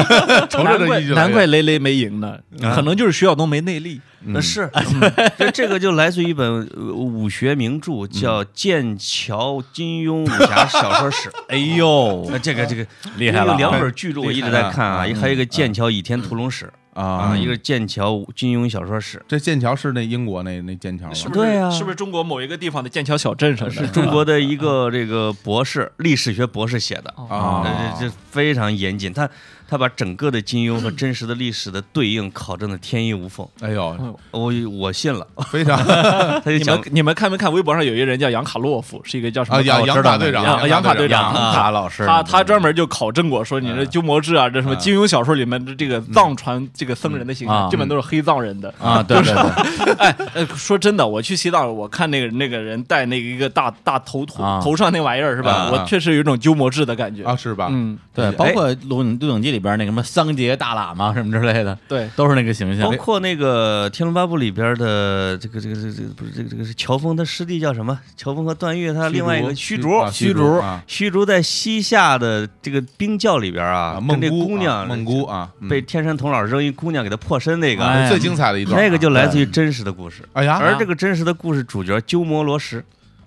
S2: 瞅瞅
S4: 难
S2: 这
S4: 怪
S2: 依据来源，啊
S4: 难怪雷雷没赢呢，可能就是徐晓东没内力。哎
S3: 那是，嗯这这个就来自于一本呃武学名著，叫《剑桥金庸武侠小说史》。
S1: 哎呦，
S3: 那这个这个
S1: 厉害了
S3: 有两
S1: 啊，
S3: 本巨著，我一直
S2: 厉害
S3: 在
S2: 了
S3: 看啊，
S2: 嗯
S3: 还有一个《剑桥倚天屠龙史》
S2: 啊
S3: 啊，，一个《剑桥金庸小说史
S2: 这剑桥是那英国那那剑桥吗？
S4: 是不是？
S3: 对啊
S4: 是不是中国某一个地方的剑桥小镇什么》，的？
S3: 是中国的一个这个博士，历史学博士写的。
S2: 啊
S3: 呃这这非常严谨，他他把整个的金庸和真实的历史的对应考证的天衣无缝，
S2: 哎呦，
S3: 我我信了，
S2: 非 常
S3: 他就
S4: 你
S3: 讲
S4: 们你们看没看微博上有一个人叫杨卡洛夫，是一个叫什么
S2: 啊杨
S4: 我知道
S2: 杨卡
S4: 的
S2: 队长
S4: 杨
S2: 杨
S4: 杨
S2: 卡
S4: 卡
S2: 队
S4: 队
S2: 长
S4: 长，
S2: 啊
S1: 卡老师，
S4: 他他专门就考证过，说你这鸠摩智啊，这什么金庸小说里面的这
S2: 嗯
S4: 个藏传这个僧人的形
S1: 嗯啊
S4: 象，基本都是黑藏人的。
S1: 啊，对对对，
S4: 哎，呃说真的，我去西藏，我看那个那个人戴那个一个大大头头
S1: 啊
S4: 头上那玩意儿是吧
S2: 啊？
S4: 我确实有一种鸠摩智的感觉。
S2: 啊，是吧？
S4: 嗯，
S1: 对，包括《鹿鹿鼎记》里边那个什么桑杰大喇嘛什么之类的，
S4: 对，
S1: 都是那个形象
S3: 包。括那个《天龙八部》里边的这个这个这个这个不是这个这个是乔峰他师弟叫什么？乔峰和段誉他另外一个虚竹，
S2: 啊虚竹啊
S3: 虚竹在西夏的这个冰窖里边啊，
S2: 啊，
S3: 跟
S2: 梦
S3: 这
S2: 姑
S3: 姑
S2: 啊
S3: 娘
S2: 梦姑啊，嗯
S3: 被天山童姥扔一姑娘给他破身那
S1: 哎
S3: 个，
S1: 呀
S2: 最精彩的一段，啊
S3: 那个就来自于真实的故事。
S2: 哎呀，
S3: 而这个真实的故事主角鸠摩罗什，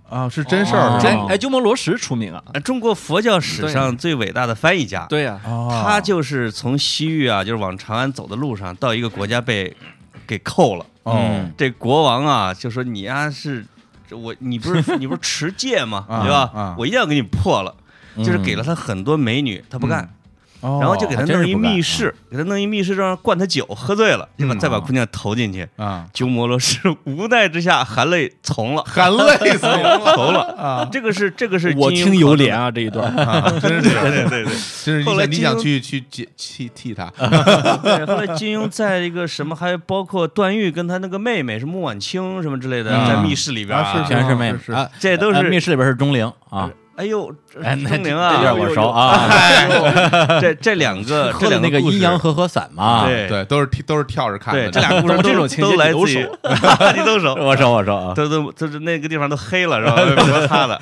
S2: 啊是真事儿，
S1: 哦
S2: 是
S4: 哎
S2: 吧
S4: 哎，鸠摩罗什出名啊。
S3: 呃中国佛教史上最伟大的翻译家。
S4: 对呀，
S2: 啊
S3: 他就是从西域啊，就是往长安走的路上，到一个国家被给扣了。
S2: 哦
S3: 这国王啊，就说你呀、是，这我你不是你不是持戒吗？
S2: 啊
S3: 对吧？
S2: 啊
S3: 我一定要给你破了。就是给了
S1: 他，
S3: 他很多美女，他不干，
S2: 哦
S3: 然后就给他
S1: 还真
S3: 弄
S1: 是
S3: 一
S1: 不干
S3: 密室，给他弄一密室，让灌他酒，喝醉了，就把
S2: 嗯
S3: 再把姑娘投进去。
S2: 啊
S3: 鸠摩罗什无奈之下含泪从了，
S2: 含泪死了
S3: 投了。
S2: 哎啊
S3: 这个是这个是
S4: 我
S3: 金庸
S4: 听
S3: 考证
S4: 有
S3: 的
S4: 脸，啊这一 段。
S2: 啊，真是这样，
S3: 对对对。
S2: 真是你
S3: 后来
S2: 想你
S3: 金
S2: 想
S3: 庸
S2: 去去去去替他
S3: 对，后来金庸在一个什么，还包括段誉跟他那个妹妹是穆婉清什么之类的，
S1: 啊
S3: 在密室里边、
S2: 啊
S1: 全是妹
S2: 是是
S1: 啊，
S3: 这都
S1: 呃密
S3: 是。
S1: 室里边是钟灵啊，
S3: 哎呦，
S1: 哎，那
S3: 钟灵
S1: 这这
S3: 啊
S1: 段，我熟啊，
S3: 哎 呦这这两个，
S1: 喝的
S3: 这两
S1: 那个
S3: 故事
S1: 阴阳和合散嘛，
S3: 对
S2: 对，都是替都是跳着看
S3: 对
S2: 的，
S3: 这俩故事
S4: 怎么
S3: 都
S4: 这种情节
S3: 都
S4: 你
S3: 来
S4: 都
S3: 自于，
S4: 熟
S3: 你都熟，
S1: 我说我说啊，
S3: 都都都是那个地方都黑了，是吧？ 摩擦的，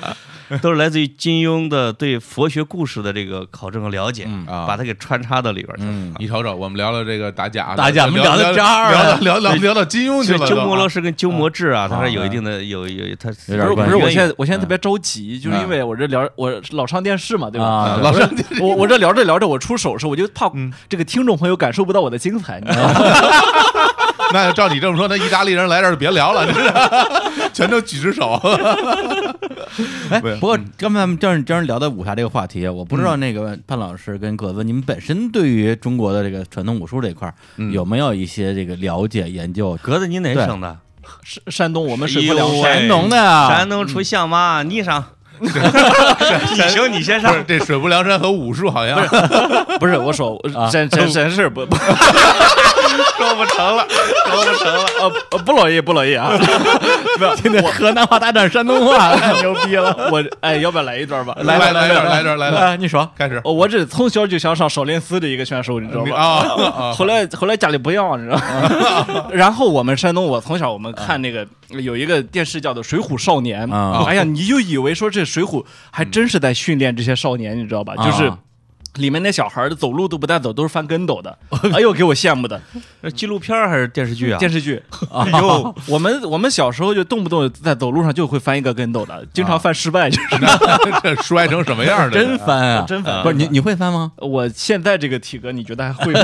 S3: 都是来自于金庸的对佛学故事的这个考证和了解，
S1: 嗯
S2: 啊
S3: 把它给穿插到里边去。
S1: 嗯，
S2: 你瞅瞅，我们聊聊这个打假的，
S1: 打假我们
S2: 聊
S1: 聊到这儿
S2: 聊
S1: 了
S2: 到聊到聊到金
S1: 嗯
S2: 庸去
S3: 所以
S2: 了，
S3: 鸠
S2: 都
S3: 摩罗
S2: 啊
S3: 什跟鸠摩智啊，他
S1: 啊
S3: 是有一定的有有他
S1: 有
S4: 不
S1: 点
S4: 是
S1: 关
S4: 不
S1: 系
S4: 是，我现
S3: 在
S4: 在我现在特别着急，就是因为我这聊我老上电视嘛，对吧？
S1: 啊，
S2: 老师
S4: 我我这聊着聊着，我出手时候我就怕这个听众朋友感受不到我的精彩，你知道吗？
S2: 那照你这么说，那意大利人来这儿就别聊了，就是 全都举着手。
S1: 哎，
S2: 对
S1: 不过刚才咱们正是正是聊到武侠这个话题，我不知道那个潘老师跟葛子，你们本身对于中国的这个传统武术这一块儿有没有一些这个了解研究？
S3: 格子，您哪
S1: 对
S3: 省的？
S4: 山山东我们水泊
S3: 哎呦
S4: 梁
S3: 喂
S4: 山，
S1: 山东的
S4: 啊
S1: 呀，
S3: 山东出相
S4: 嗯
S3: 妈逆上， 你行，你先
S2: 不是
S3: 上。
S2: 这水泊梁山和武术好像
S4: 不是我说
S1: 啊
S4: 真真真是不不
S2: 说不成了，说不成了。
S4: 呃不老爷不老爷啊！
S1: 现在河南话打转山东话，太牛逼了！
S4: 我哎，要不要来一段吧？
S2: 来
S4: 吧
S2: 来
S4: 来
S2: 点，
S4: 吧
S2: 来点，来点，
S1: 啊，你说
S2: 开始。
S4: 哦我这从小就想上少林寺的一个选手，你知道
S2: 你
S4: 吗？
S2: 啊啊
S4: 后来后来家里不要，你知道吗？然后我们山东，我从小我们看那个有一个电视叫做《水浒少年》
S1: 啊
S4: 哎呀，你就以为说这《水浒》还真是在训练这些少年，你知道吧？
S1: 啊
S4: 就是。里面那小孩儿走路都不带走，都是翻跟斗的。哎呦，给我羡慕的
S3: 是纪录片儿还是电视剧啊？
S4: 电视剧！
S1: 啊，
S4: 哟，我们我们小时候就动不动在走路上就会翻一个跟斗的，经常翻失败，就是
S2: 这摔成什么样的？
S1: 真翻啊，
S4: 真翻。
S1: 不是你你会翻吗？
S4: 我现在这个体格，你觉得还会吗？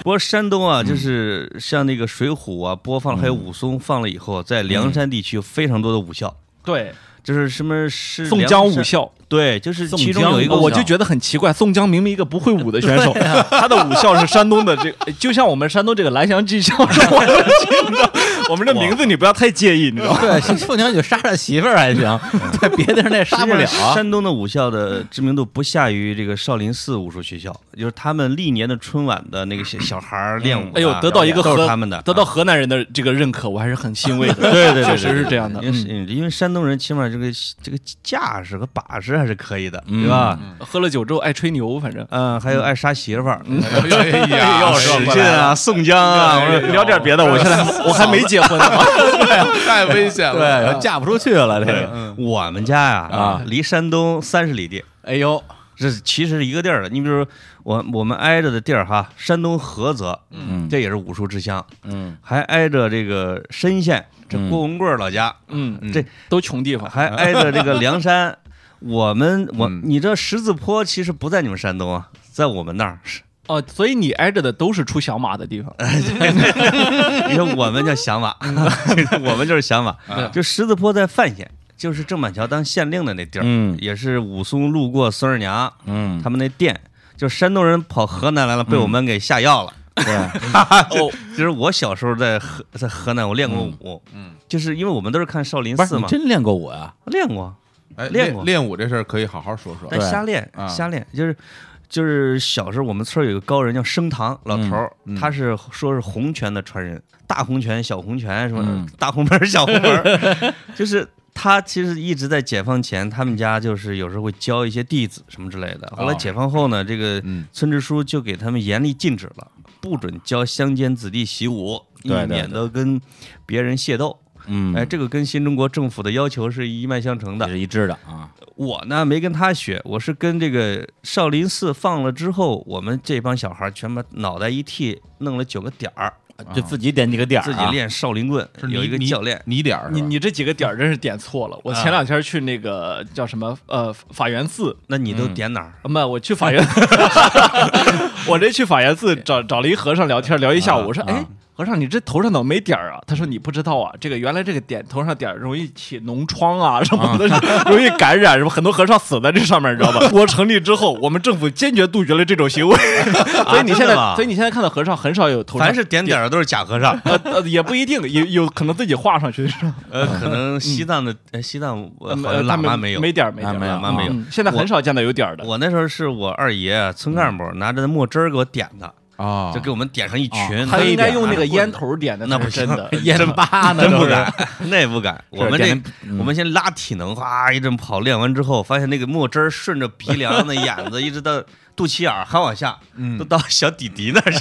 S3: 不过山东
S4: 嗯
S3: 啊，就是像那个《水浒》啊，播放还有武松放了以后，
S4: 嗯
S3: 在梁山地区有非常多的武校，
S4: 对，
S3: 就是什么是
S4: 宋江
S3: 梁
S4: 武
S3: 山，
S4: 校，
S3: 对，就是
S1: 宋
S3: 其中
S1: 江
S3: 有一个
S1: 武
S4: 啊我
S1: 校
S4: 就觉得很奇怪，宋江明明一个不会武的选手， 他的武校是山东的这，就像我们山东这个蓝翔技校是我们我们这名字你不要太介意，你知道吗？
S1: 对，凤娘酒杀杀媳妇儿还行， 对，别的人也杀不了
S3: 实际
S4: 啊
S3: 上。山东的武校的知名度不下于这个少林寺武术学校，就是他们历年的春晚的那个小小孩儿练舞啊，
S4: 哎呦，得到一个
S3: 都
S4: 河
S3: 是他们的，啊
S4: 得到河南人的这个认可，我还是很欣慰 的。
S3: 对对对
S4: 确实是这样的。
S3: 因为
S4: 嗯
S3: 是因为山东人起码这个这个架势和把式还是可以的，对吧？
S4: 嗯喝了酒之后爱吹牛，反正
S3: 嗯，还有爱杀媳妇儿，
S2: 哎 呀，
S3: 史进啊，宋江啊，我
S2: 哎
S3: 说
S2: 呦
S3: 聊点别的，我现在
S4: 我还没结婚呢嘛。
S2: 太危险了。啊
S1: 对，嫁不出去了，这个。
S3: 我们家呀
S1: 啊
S3: 离山东三十里地，
S1: 哎呦，
S3: 这其实是一个地儿的。你比如说我我们挨着的地儿哈，山东菏泽，
S1: 嗯
S3: 这也是武术之乡，
S1: 嗯，
S3: 还挨着这个深县，这
S1: 嗯
S3: 郭文贵儿老家，
S4: 嗯，
S3: 这
S4: 都穷地方。
S3: 还挨着这个梁山。我们我
S2: 嗯
S3: 你这十字坡其实不在你们山东啊，在我们那儿。
S4: 哦，所以你挨着的都是出小马的地方。
S3: 你说我们叫响马，
S1: 嗯
S3: 我们就是响马。
S2: 啊
S3: 就十字坡在范县，就是郑板桥当县令的那地儿，
S1: 嗯
S3: 也是武松路过孙二娘
S1: 嗯，
S3: 他们那店。就山东人跑河南来了，被我们给下 药了。
S1: 对，
S4: 哦，
S3: 其实我小时候在河在河南，我练过舞，
S2: 嗯，
S3: 就是因为我们都是看少林
S1: 不是
S3: 寺
S1: 你
S3: 嘛，
S1: 真练过啊我呀？
S3: 练过，啊
S2: 哎，
S3: 练
S2: 练
S3: 过
S2: 练武这事儿可以好好说说。
S3: 但
S1: 对
S3: 瞎练
S2: 啊
S3: 瞎练，就是就是小时候我们村儿有个高人叫升堂老头儿
S2: 嗯嗯，
S3: 他是说是洪拳的传人，大洪拳、小洪拳什么
S1: 嗯
S3: 大红门儿、小红门儿， 就是。他其实一直在解放前，他们家就是有时候会教一些弟子什么之类的。后来
S2: 哦
S3: 解放后呢，这个
S2: 嗯
S3: 村支书就给他们严厉禁止了，不准教乡间子弟习武，以
S1: 对对对
S3: 免得跟别人械斗。
S1: 嗯，
S3: 哎，这个跟新中国政府的要求是一脉相承的
S1: 也。是一致的啊。
S3: 我呢没跟他学，我是跟这个少林寺放了之后，我们这帮小孩全把脑袋一剃，弄了九个点儿，
S1: 就自己点几个点儿啊，
S3: 自己练少林棍，
S2: 是
S3: 有
S2: 你
S3: 一个
S2: 你
S3: 教练。
S2: 你点儿是吧
S4: 你你这几个点儿真是点错了。我前两天去那个叫什么呃法源寺，
S3: 那你都点哪儿？
S4: 啊不，我去 法源，我这去法源寺找找了一和尚聊天，聊一
S3: 啊
S4: 下午。我说，哎，和尚，你这头上怎么没点儿啊？他说你不知道啊，这个原来这个点头上点儿容易起脓疮啊什么的， 容易感染什么，很多和尚死在这上面，你知道吧？ 中国成立之后，我们政府坚决杜绝了这种行为，所以你现
S3: 啊真的
S4: 在，
S3: 吗
S4: 所以你现在看到和尚很少有头上
S3: 凡是点点儿的都是假和
S4: ，
S3: 尚
S4: 呃呃也不一定，也有可能自己画上去，是吧
S3: 呃，可能西藏的呃西藏呃好
S4: 嗯呃
S3: 像喇
S4: 他
S3: 嘛
S4: 们
S3: 没有。
S4: 没点儿没点
S1: 啊
S4: 儿
S1: 没有
S3: 喇嘛没有
S4: 嗯现在很少见到有点儿的。
S3: 我那时候是我二爷村干
S4: 嗯
S3: 部拿着墨汁儿给我点的，
S2: 啊
S3: 就，给我们点上一群。
S4: 啊他应该用那个
S3: 烟
S4: 烟头点的，
S3: 那
S4: 才
S3: 不
S4: 是真
S3: 行
S4: 的。
S1: 烟巴呢，
S3: 真不
S1: 都是
S3: 敢，那也不敢。我们
S1: 点
S3: 这
S1: 的嗯
S3: 我们先拉体能，哗一阵跑，练完之后发现那个墨汁儿顺着鼻梁、那眼子一直到肚脐眼儿，还往下，都到小底底那儿去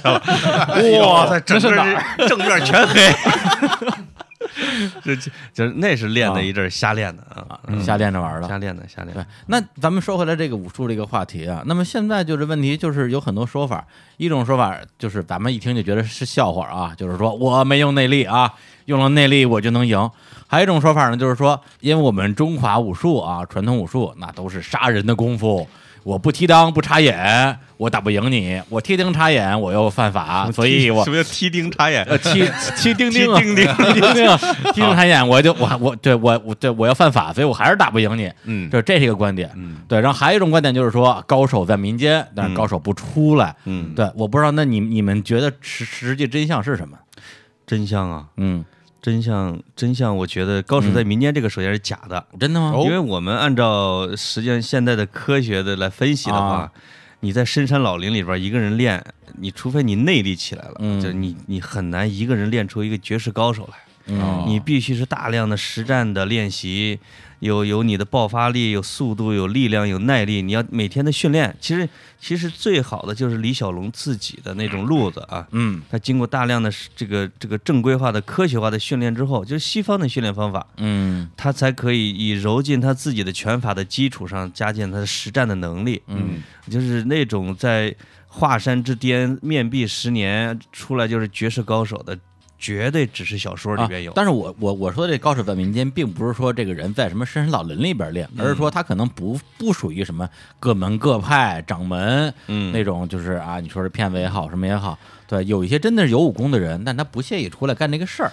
S4: 哎
S3: 了。哇塞，整个是正面全黑。 这这这那是练的一阵儿瞎练的啊，嗯
S1: 瞎练着玩儿的。
S3: 瞎练的瞎练
S1: 对
S3: 的。，
S1: 那咱们说回来这个武术这个话题啊，那么现在就是问题就是有很多说法，一种说法就是咱们一听就觉得是笑话啊，就是说我没用内力啊，用了内力我就能赢。还有一种说法呢，就是说因为我们中华武术啊，传统武术那都是杀人的功夫，我不踢裆不插眼，我打不赢你，我踢裆插眼我又犯法，所以我
S3: 什。么叫踢钉插眼？
S1: 呃，踢踢钉钉啊，
S3: 踢钉钉
S1: 踢钉 钉啊，踢钉插眼，我就我我对我我对我要犯法，所以我还是打不赢你。
S2: 嗯
S1: 这这是一个观点。
S2: 嗯
S1: 对，然后还有一种观点就是说，高手在民间，但是
S3: 嗯
S1: 高手不出来。
S3: 嗯，
S1: 对，我不知道，那你你们觉得实实际真相是什么？
S3: 真相啊，
S1: 嗯，
S3: 真相真相，我觉得高手在民间这个首先是假的。
S1: 真的吗？
S2: 哦
S3: 因为我们按照实际上现在的科学的来分析的话，
S1: 啊
S3: 你在深山老林里边一个人练，你除非你内力起来了，
S1: 嗯
S3: 就是你你很难一个人练出一个绝世高手来。
S1: 嗯
S3: 你必须是大量的实战的练习，有有你的爆发力，有速度，有力量，有耐力，你要每天的训练。其实其实最好的就是李小龙自己的那种路子啊。
S1: 嗯
S3: 他经过大量的这个这个正规化的科学化的训练之后，就是西方的训练方法，
S1: 嗯
S3: 他才可以以揉进他自己的拳法的基础上，加进他的实战的能力。
S1: 嗯，
S3: 就是那种在华山之巅面壁十年出来就是绝世高手的，绝对只是小说里
S1: 啊
S3: 边有。
S1: 但是我我我说这高手在民间，并不是说这个人在什么深山老林里边练，而是说他可能不不属于什么各门各派掌门，
S3: 嗯
S1: 那种就是啊，你说是骗子也好，什么也好，对，有一些真的是有武功的人，但他不屑于出来干这个事儿。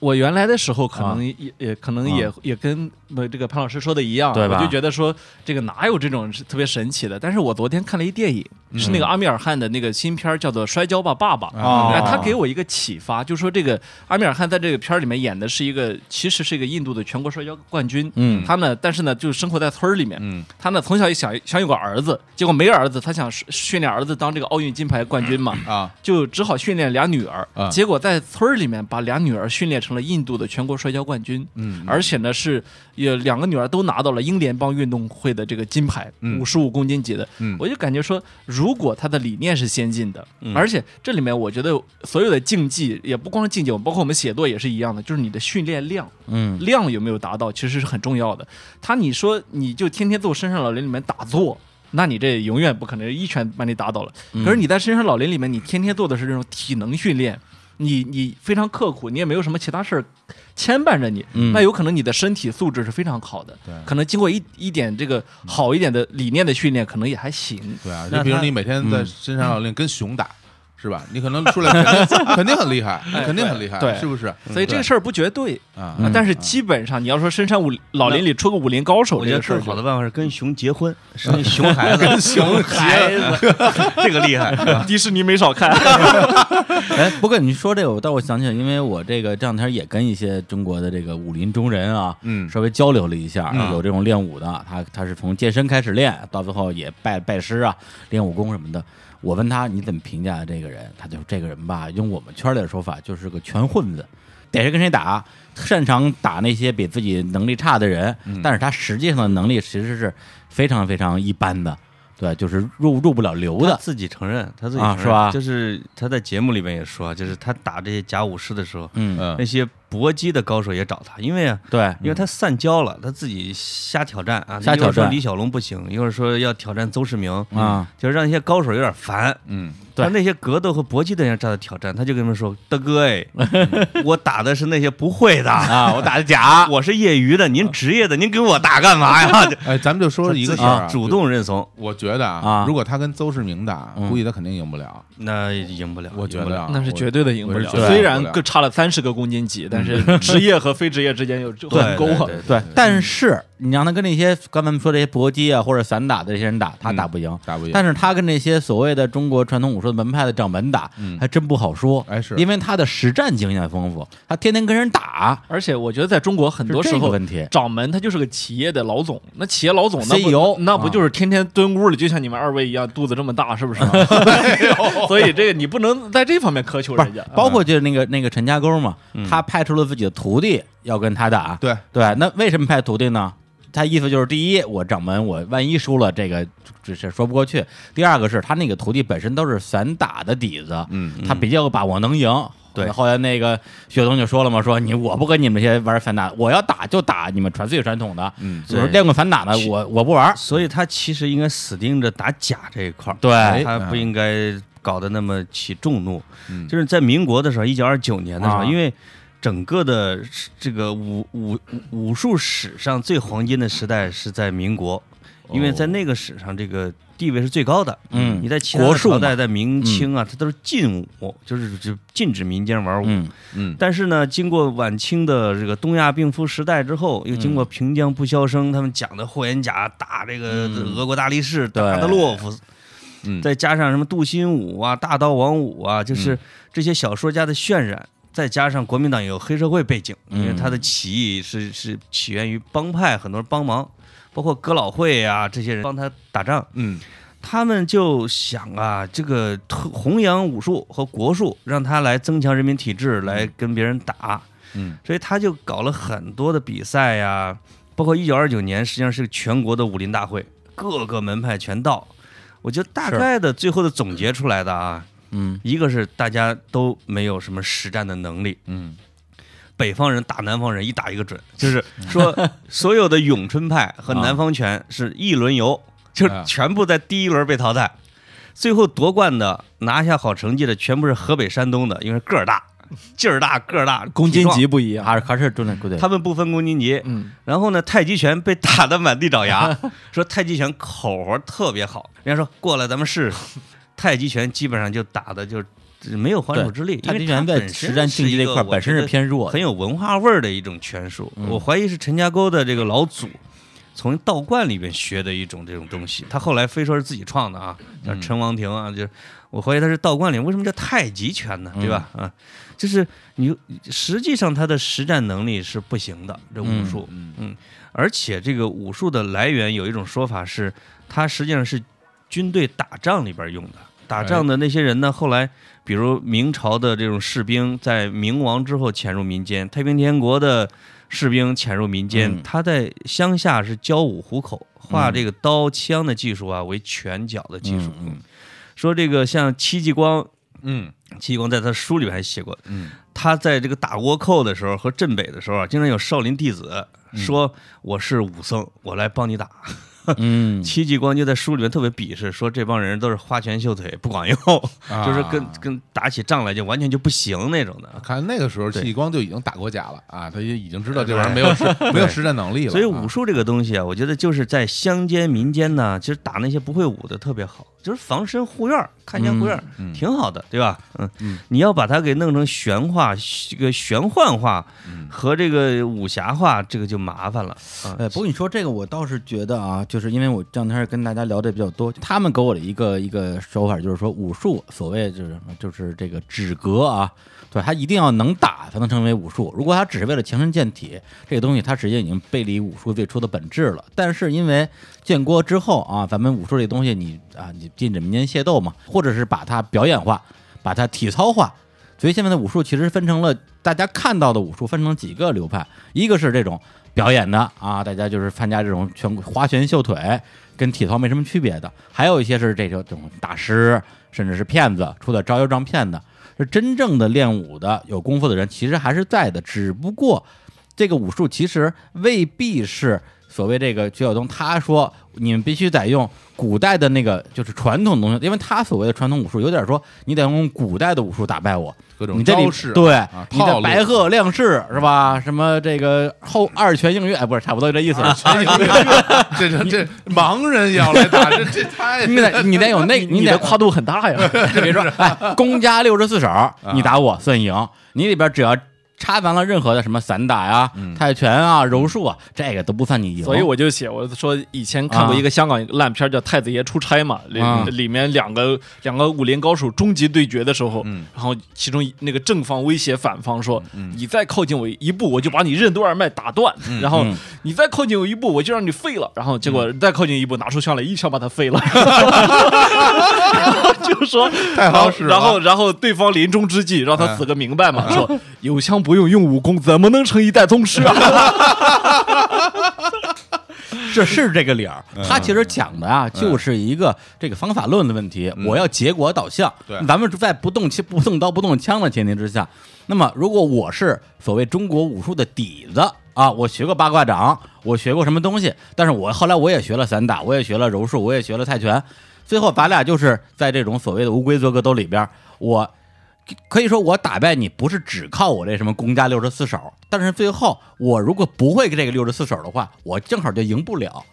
S4: 我原来的时候可
S1: 啊
S4: 能也、也可能也、也跟呃这个潘老师说的一样，啊
S1: 对吧
S4: 我就觉得说这个哪有这种是特别神奇的？但是我昨天看了一电影，是
S1: 嗯
S4: 那个阿米尔汗的那个新片儿叫做《摔跤吧，爸爸》
S1: 啊
S2: 哦
S4: 哎他给我一个启发，就说这个阿米尔汗在这个片儿里面演的是一个，其实是一个印度的全国摔跤冠军，
S1: 嗯
S4: 他呢，但是呢，就生活在村儿里面，
S2: 嗯，
S4: 他呢从小也想想有个儿子，结果没儿子，他想训训练儿子当这个奥运金牌冠军嘛，
S2: 啊，
S4: 就只好训练俩女儿
S2: 啊，
S4: 结果在村儿里面把俩女儿训练成了印度的全国摔跤冠军，
S2: 嗯
S4: 而且呢是也两个女儿都拿到了英联邦运动会的这个金牌，
S2: 嗯
S4: 五十五公斤级的，
S2: 嗯
S4: 我就感觉说，如果他的理念是先进的，
S3: 嗯
S4: 而且这里面我觉得所有的竞技也不光是竞技，包括我们写作也是一样的，就是你的训练量，
S1: 嗯，
S4: 量有没有达到，其实是很重要的。他你说你就天天坐深山老林里面打坐，那你这永远不可能一拳把你打倒了。
S3: 嗯
S4: 可是你在深山老林里面，你天天做的是这种体能训练，你你非常刻苦，你也没有什么其他事儿牵绊着你，
S1: 嗯
S4: 那有可能你的身体素质是非常好的，
S2: 对
S4: 可能经过一一点这个好一点的理念的训练，可能也还行。
S2: 对啊，
S3: 那
S2: 就比如
S3: 他
S2: 你每天在深山老林跟熊打，是吧？你可能出来肯定肯定很厉害，
S4: 哎
S2: 肯定很厉害，
S4: 对
S2: 是不是？
S3: 嗯
S4: 所以这个事儿不绝对，
S2: 儿啊，
S4: 但是基本上你要说深山武老林里出个武林高手，
S3: 嗯我觉得
S4: 这个
S3: 更好
S4: 事儿就
S3: 的办法是跟熊结 婚，生一熊
S2: 啊
S3: 孩子，跟熊孩子， 这个厉害。
S4: 迪士尼没少看。
S1: 哎，不过你说这个，我倒我想起来，因为我这个这两天也跟一些中国的这个武林中人啊，
S2: 嗯
S1: 稍微交流了一下，
S2: 嗯
S1: 有这种练武的，他他是从健身开始练，到最后也拜拜师啊，练武功什么的。我问他你怎么评价这个人，他就说这个人吧，用我们圈里的说法就是个全混子，逮谁跟谁打，擅长打那些比自己能力差的人，
S2: 嗯
S1: 但是他实际上的能力其实是非常非常一般的，对，就是入入不了流
S3: 他
S1: 的。
S3: 自己承认，他自己
S1: 啊
S3: 承认
S1: 是吧
S3: 就是他在节目里面也说，就是他打这些假武师的时候，
S1: 嗯，
S2: 嗯
S3: 那些搏击的高手也找他，因为啊，
S1: 对，
S3: 因为他散焦了，他自己瞎挑战啊，
S1: 嗯瞎挑战
S3: 一会儿说李小龙不行，一会儿说要挑战邹市明
S1: 啊，
S3: 就是让那些高手有点烦。
S2: 嗯，
S1: 对
S3: 他那些格斗和搏击的人站他挑战，他就跟他们说：“大哥哎，我打的是那些不会的啊，我打的假， 我是业余的，您职业的，您给我打干嘛呀？”
S2: 哎，咱们就说一个事儿
S3: 啊，
S2: 啊，
S3: 主动认怂，
S2: 我觉得
S1: 啊
S2: 啊，如果他跟邹市明打，
S1: 嗯
S2: 估计他肯定赢不了。
S3: 那赢不了，
S2: 我觉
S3: 赢不
S2: 得
S3: 了
S2: 啊
S4: 那是绝对的赢不
S2: 我是
S4: 了。
S2: 觉得
S4: 虽
S2: 赢不
S4: 然
S2: 了
S4: 各差了三十个公斤级，但是职业和非职业之间有
S3: 对
S4: 鸿沟啊
S3: 对。对
S1: 对，但是你让他跟那些刚才我们说这些搏击啊或者散打的这些人打，他打不赢。
S2: 打不赢。
S1: 但是他跟那些所谓的中国传统武术的门派的掌门打，
S2: 嗯
S1: 还真不好说。
S2: 哎是
S1: 因为他的实战经验丰富，他天天跟人打，
S4: 而且我觉得在中国很多
S1: 是
S4: 时
S1: 这个
S4: 候，
S1: 问题。
S4: 掌门他就是个企业的老总，那企业老总那不
S1: CEO
S4: 那不就是天天蹲屋里，就像你们二位一样，肚子这么大，是不是？ 所以这个你不能在这方面苛求
S1: 不
S4: 人
S1: 是
S4: 家，。啊
S1: 包括就是那个那个陈家沟嘛，他派出了自己的徒弟要跟他打，
S2: 对
S1: 嗯对，那为什么派徒弟呢？他意思就是，第一，我掌门我万一输了，这个这是说不过去；第二个是他那个徒弟本身都是散打的底子，
S2: 嗯，
S1: 他比较有把握能赢。
S3: 对
S1: 后来那个雪冬就说了嘛，说你我不跟你们这些玩散打，我要打就打你们传最传统的，
S2: 嗯
S1: 我说
S3: 对
S1: 练过散打的，
S3: 其
S1: 我我不玩。
S3: 所以他其实应该死盯着打假这一块儿，
S1: 对
S2: 哎
S3: 他不应该搞得那么起众怒。
S2: 嗯
S3: 就是在民国的时候，一九二九年的时候，
S1: 啊
S3: 因为整个的这个武武武术史上最黄金的时代是在民国，因为在那个史上这个地位是最高的。
S1: 哦嗯
S3: 你在其他的
S1: 国术嘛嗯
S3: 朝代，在明清啊，它都是禁武，就是就禁止民间玩武。
S1: 嗯
S2: 嗯
S3: 但是呢，经过晚清的这个东亚病夫时代之后，又经过平江不肖生他们讲的霍元甲打这个俄国大力士、打
S1: 对
S3: 的洛夫，
S2: 嗯
S3: 再加上什么杜心武啊、大刀王五啊，就是这些小说家的渲染，再加上国民党有黑社会背景，因为
S2: 嗯
S3: 他的起义是是起源于帮派，很多人帮忙，包括哥老会啊这些人帮他打仗，
S2: 嗯
S3: 他们就想啊，这个推弘扬武术和国术，让他来增强人民体质，来跟别人打。
S2: 嗯，
S3: 所以他就搞了很多的比赛呀、包括一九二九年，实际上是全国的武林大会，各个门派全到。我觉得大概的最后的总结出来的啊，
S1: 嗯
S3: 一个是大家都没有什么实战的能力，
S2: 嗯
S3: 北方人打南方人一打一个准，就是说所有的咏春派和南方拳是一轮游，就是全部在第一轮被淘汰，最后夺冠的拿下好成绩的全部是河北山东的，因为个儿大、劲儿大、个儿大，
S4: 公
S3: 体
S4: 斤
S3: 壮
S4: 级不一样，
S1: 还是还是重点对对，
S3: 他们不分公斤级。
S4: 嗯，
S3: 然后呢，太极拳被打得满地 找牙，说太极 拳口活特别好，人家说过来咱们试试。太极拳基本上就打的就是这没有还手之力，
S5: 太
S3: 因
S5: 极
S3: 为
S5: 拳
S3: 它
S5: 在
S3: 本身
S5: 实战
S3: 是
S5: 竞技
S3: 一
S5: 这
S3: 个
S5: 块
S3: 我
S5: 本
S3: 觉
S5: 身是
S3: 得
S5: 偏弱
S3: 很
S5: 的，嗯
S3: 有文化味儿的一种拳术。我怀疑是陈家沟的这个老祖从道观里边学的一种这种东西，他后来非说是自己创的啊，叫
S5: 嗯
S3: 陈王庭啊，就是我怀疑他是道观里为什么叫太极拳
S5: 嗯
S3: 呢？对吧？啊，就是你实际上他的实战能力是不行的，这武术，
S2: 嗯
S3: 而且这个武术的来源有一种说法是，它实际上是军队打仗里边用的。打仗的那些人呢，后来比如明朝的这种士兵，在明亡之后潜入民间；太平天国的士兵潜入民间，
S5: 嗯
S3: 他在乡下是教武虎口，化这个刀枪的技术啊为拳脚的技术。
S5: 嗯嗯
S3: 说这个像戚继光，
S2: 嗯
S3: 戚继光在他书里边还写过，
S2: 嗯，
S3: 他在这个打倭寇的时候和镇北的时候啊，经常有少林弟子说
S2: 嗯
S3: 我是武僧，我来帮你打。
S5: 嗯，
S3: 戚继光就在书里面特别鄙视，说这帮人都是花拳绣腿不管用，
S2: 啊
S3: 嗯 就是跟跟打起仗来就完全就不行那种的。
S2: 看那个时候，戚
S3: 对
S2: 继光就已经打过架了啊，他也已经知道这玩意儿没有实没有实战能力了。
S3: 所以
S2: 啊
S3: 武术这个东西啊，我觉得就是在乡间民间呢，其实打那些不会武的特别好，就是防身护院儿、看家护院儿，
S2: 嗯嗯
S3: 挺好的，对吧？嗯，你要把它给弄成玄化、这个玄幻化和这个武侠化，这个就麻烦了。啊
S1: 呃，不过你说这个，我倒是觉得啊，就是因为我这两天跟大家聊的比较多，他们给我的一个一个手法就是说，武术所谓就是什么，就是这个止格啊，对，他一定要能打才能成为武术。如果他只是为了强身健体，这个东西他直接已经背离武术最初的本质了。但是因为建国之后啊，咱们武术这东西你啊，你禁止民间械斗嘛，或者是把它表演化，把它体操化。所以现在的武术其实分成了大家看到的武术分成几个流派，一个是这种表演的啊，大家就是参加这种全花拳绣腿，跟体操没什么区别的；还有一些是这种这种大师甚至是骗子出的招摇撞骗的。是真正的练武的有功夫的人，其实还是在的，只不过这个武术其实未必是所谓这个徐晓东他说你们必须得用古代的那个就是传统东西，因为他所谓的传统武术有点说你得用古代的武术打败我，
S2: 各种
S1: 你这里
S2: 招式
S1: 对，
S2: 啊
S1: 你的
S2: 套路
S1: 白鹤亮翅是吧？什么这个后二拳应月，哎，不是差不多这意思。
S2: 哎呦这这这盲人要来打，这这太
S1: 你得你得有那，
S4: 你
S1: 得
S4: 的跨度很大呀。
S1: 别说，哎，公家六十四手，你打我算赢。你里边只要掺杂了任何的什么散打呀、泰拳啊、柔术啊，这个都不算你赢。
S4: 所以我就写，我说以前看过一个香港烂片叫《太子爷出差》嘛，里
S1: 啊
S4: 里面两个两个武林高手终极对决的时候，
S2: 嗯
S4: 然后其中一那个正方威胁反方说：“你再靠近我一步，我就把你任督二脉打断；
S2: 嗯
S4: 然后你再靠近我一步，我就让你废了。”然后结果再靠近一步，拿出枪来一枪把他 废了。就说
S2: 太好使了嗯
S4: 然后然后对方临终之际让他死个明白嘛，说 有枪不用用武功，怎么能成一代宗师啊？
S1: 这是这个理儿。他其实讲的啊，就是一个这个方法论的问题。我要结果导向，
S2: 对
S1: 咱们在不动气、不动刀、不动枪的前提之下，那么如果我是所谓中国武术的底子啊，我学过八卦掌，我学过什么东西，但是我后来我也学了散打，我也学了柔术，我也学了泰拳，最后咱俩就是在这种所谓的乌龟做格斗里边，我可以说我打败你不是只靠我这什么公家六十四手，但是最后我如果不会这个六十四手的话，我正好就赢不了。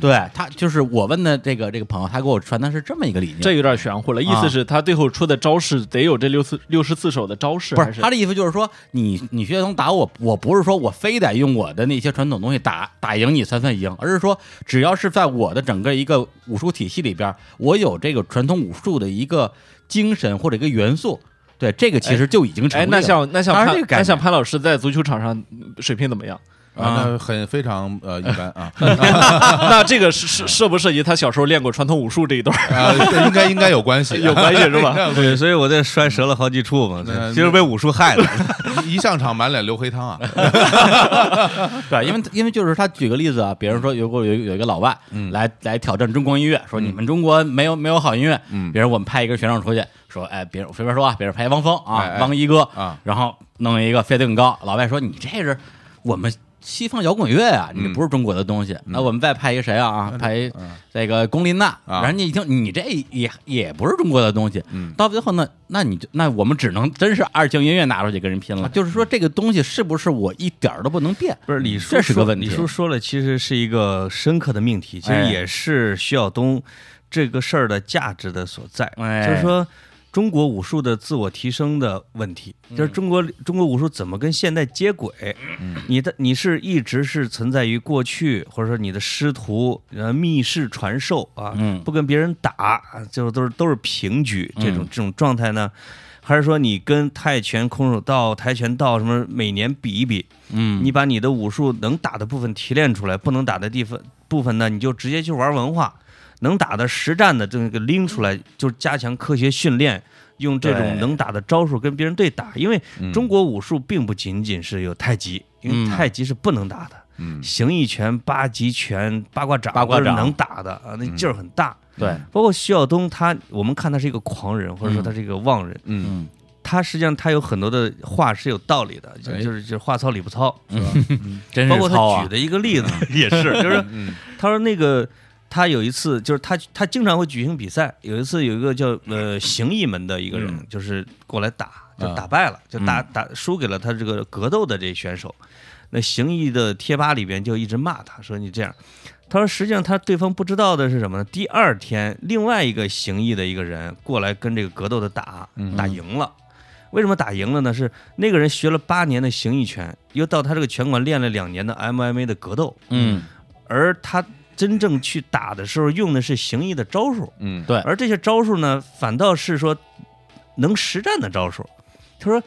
S1: 对他就是我问的这个这个朋友，他给我传达是这么一个理念，
S4: 这有点玄乎了，意
S1: 啊
S4: 思是他最后出的招式得有这六四六十四手的招式，
S1: 不
S4: 还
S1: 是他的意思，就是说你你学童打我，我不是说我非得用我的那些传统东西打打赢你才算赢，而是说只要是在我的整个一个武术体系里边，我有这个传统武术的一个精神或者一个元素，对这个其实就已经成
S4: 哎，
S1: 立了。
S4: 那像那像
S1: 当然
S4: 潘
S1: 这个概
S4: 那
S1: 念
S4: 像潘老师在足球场上嗯水平 怎么样？
S2: 啊，那很非常呃一般啊，
S4: 那这个是是涉不涉及他小时候练过传统武术这一段？
S2: 啊，这应该应该有关系，
S4: 有关系是吧？
S3: 对，所以我这摔折了好几处嘛，
S2: 那
S3: 就是被武术害的。
S2: 一上场满脸流黑汤啊，
S1: 对，因为因为就是他举个例子啊，比如说有个有有一个老外，来来挑战中国音乐，说你们中国没有没有好音乐，嗯，比如我们派一个选手出去，说哎，别人我随便说啊，比如派汪峰
S2: 哎
S1: 啊，
S2: 哎
S1: 汪一哥
S2: 啊，
S1: 然后弄一个飞得更高，老外说你这是我们。西方摇滚乐啊，你这不是中国的东西。那我们再派一谁啊？啊，派一这个龚琳娜，
S2: 啊
S1: 然后你一听，你这也也不是中国的东西。到最后呢，那你就那我们只能真是二清音乐拿出去跟人拼了。啊嗯就是说，这个东西是不是我一点儿都不能变？
S3: 不是李叔说，
S1: 这是个问题
S3: 李叔说了，其实是一个深刻的命题，其实
S1: 哎
S3: 也是徐晓东这个事儿的价值的所在。
S1: 哎
S3: 就是说，中国武术的自我提升的问题，
S1: 嗯
S3: 就是中国中国武术怎么跟现代接轨？你的你是一直是存在于过去，或者说你的师徒呃密室传授啊，
S1: 嗯
S3: 不跟别人打，就都是都是平局这种
S1: 嗯
S3: 这种状态呢？还是说你跟泰拳、空手道、跆拳道什么每年比一比，
S1: 嗯，
S3: 你把你的武术能打的部分提炼出来，不能打的地方部分呢，你就直接去玩文化。能打的实战的这个拎出来，就是加强科学训练，用这种
S1: 对
S3: 能打的招数跟别人对打。因为
S2: 嗯
S3: 中国武术并不仅仅是有太极，因
S1: 嗯
S3: 为太极是不能打的，
S2: 嗯
S3: 形意拳、八极拳、八卦掌
S1: 八卦
S3: 都是
S1: 掌嗯
S3: 能打的啊，那劲儿很大。
S1: 对，
S3: 包括徐晓东他，我们看他是一个狂人，或者说
S1: 嗯
S3: 他是一个妄人，
S2: 嗯，
S1: 嗯，
S3: 他实际上他有很多的话是有道理的，就
S2: 哎
S3: 就是就是话糙理不糙。
S1: 真
S3: 包
S1: 是
S3: 括
S1: 糙
S3: 他
S1: 啊
S3: 举，的一个 例子也是，就是
S2: 嗯
S3: 他说那个他有一次就是他他经常会举行比赛，有一次有一个叫呃形意门的一个人
S1: 嗯
S3: 就是过来打，就
S2: 啊
S3: 打败了，就打打输给了他这个格斗的这选手。那形意的贴吧里边就一直骂他说你这样。他说：“实际上，他对方不知道的是什么呢？第二天，另外一个形意的一个人过来跟这个格斗的打，
S1: 嗯
S3: 打赢了。为什么打赢了呢？是那个人学了八年的形意拳，又到他这个拳馆练了两年的 MMA 的格斗，
S1: 嗯，
S3: 而他真正去打的时候用的是形意的招数，
S2: 嗯
S1: 对
S3: 而这些招数呢，反倒是说能实战的招数。他说，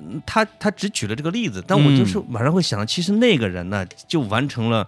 S3: 嗯他他只举了这个例子，但我
S1: 嗯
S3: 就是马上会想到，其实那个人呢，就完成了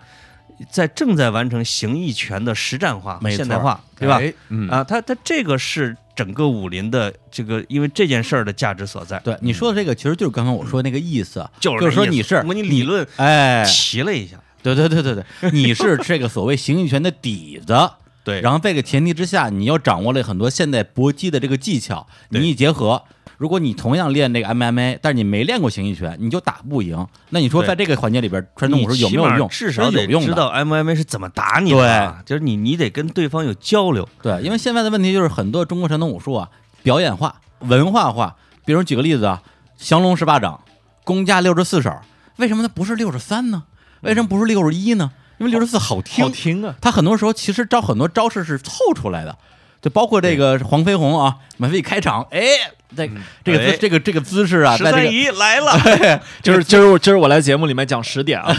S3: 在正在完成形意拳的实战化、
S1: 没错
S3: 现代化，对吧？
S2: 哎嗯
S3: 啊，他他这个是整个武林的这个，因为这件事儿的价值所在，
S1: 对，你说的这个其实就是刚刚我说那个意思，啊
S3: 就
S1: 就是
S3: 是
S1: 说
S3: 那意思
S1: 你是
S3: 我给你理论
S1: 哎，
S3: 齐了一下，
S1: 对对对对对，你是这个所谓形意拳的底子。
S3: 对
S1: 然后这个前提之下，你又掌握了很多现代搏击的这个技巧，
S3: 对
S1: 你一结合，如果你同样练这个 MMA，但是你没练过形意拳，你就打不赢。那你说
S3: 对
S1: 在这个环节里边，传统武术有没有
S3: 你起码
S1: 用？
S3: 至少
S1: 是
S3: 得
S1: 有用
S3: 知
S1: 的。
S3: 道 MMA 是怎么打你的啊，就是你你得跟对方有交流。
S1: 对，因为现在的问题就是很多中国传统武术啊，表演化、文化化。比如举个例子啊，降龙十八掌、功架六十四手，为什么它不是六十三呢？为什么不是六十一呢？因为六十四好听，
S4: 好听啊，
S1: 他很多时候其实招很多招式是凑出来的，就包括这个黄飞鸿啊，每次一开场，哎，这这个姿
S3: 哎
S1: 这个这个姿势啊，
S3: 十
S1: 在
S3: 三
S1: 这个
S3: 姨来了，
S4: 今儿今儿我今儿我来节目里面讲十点啊，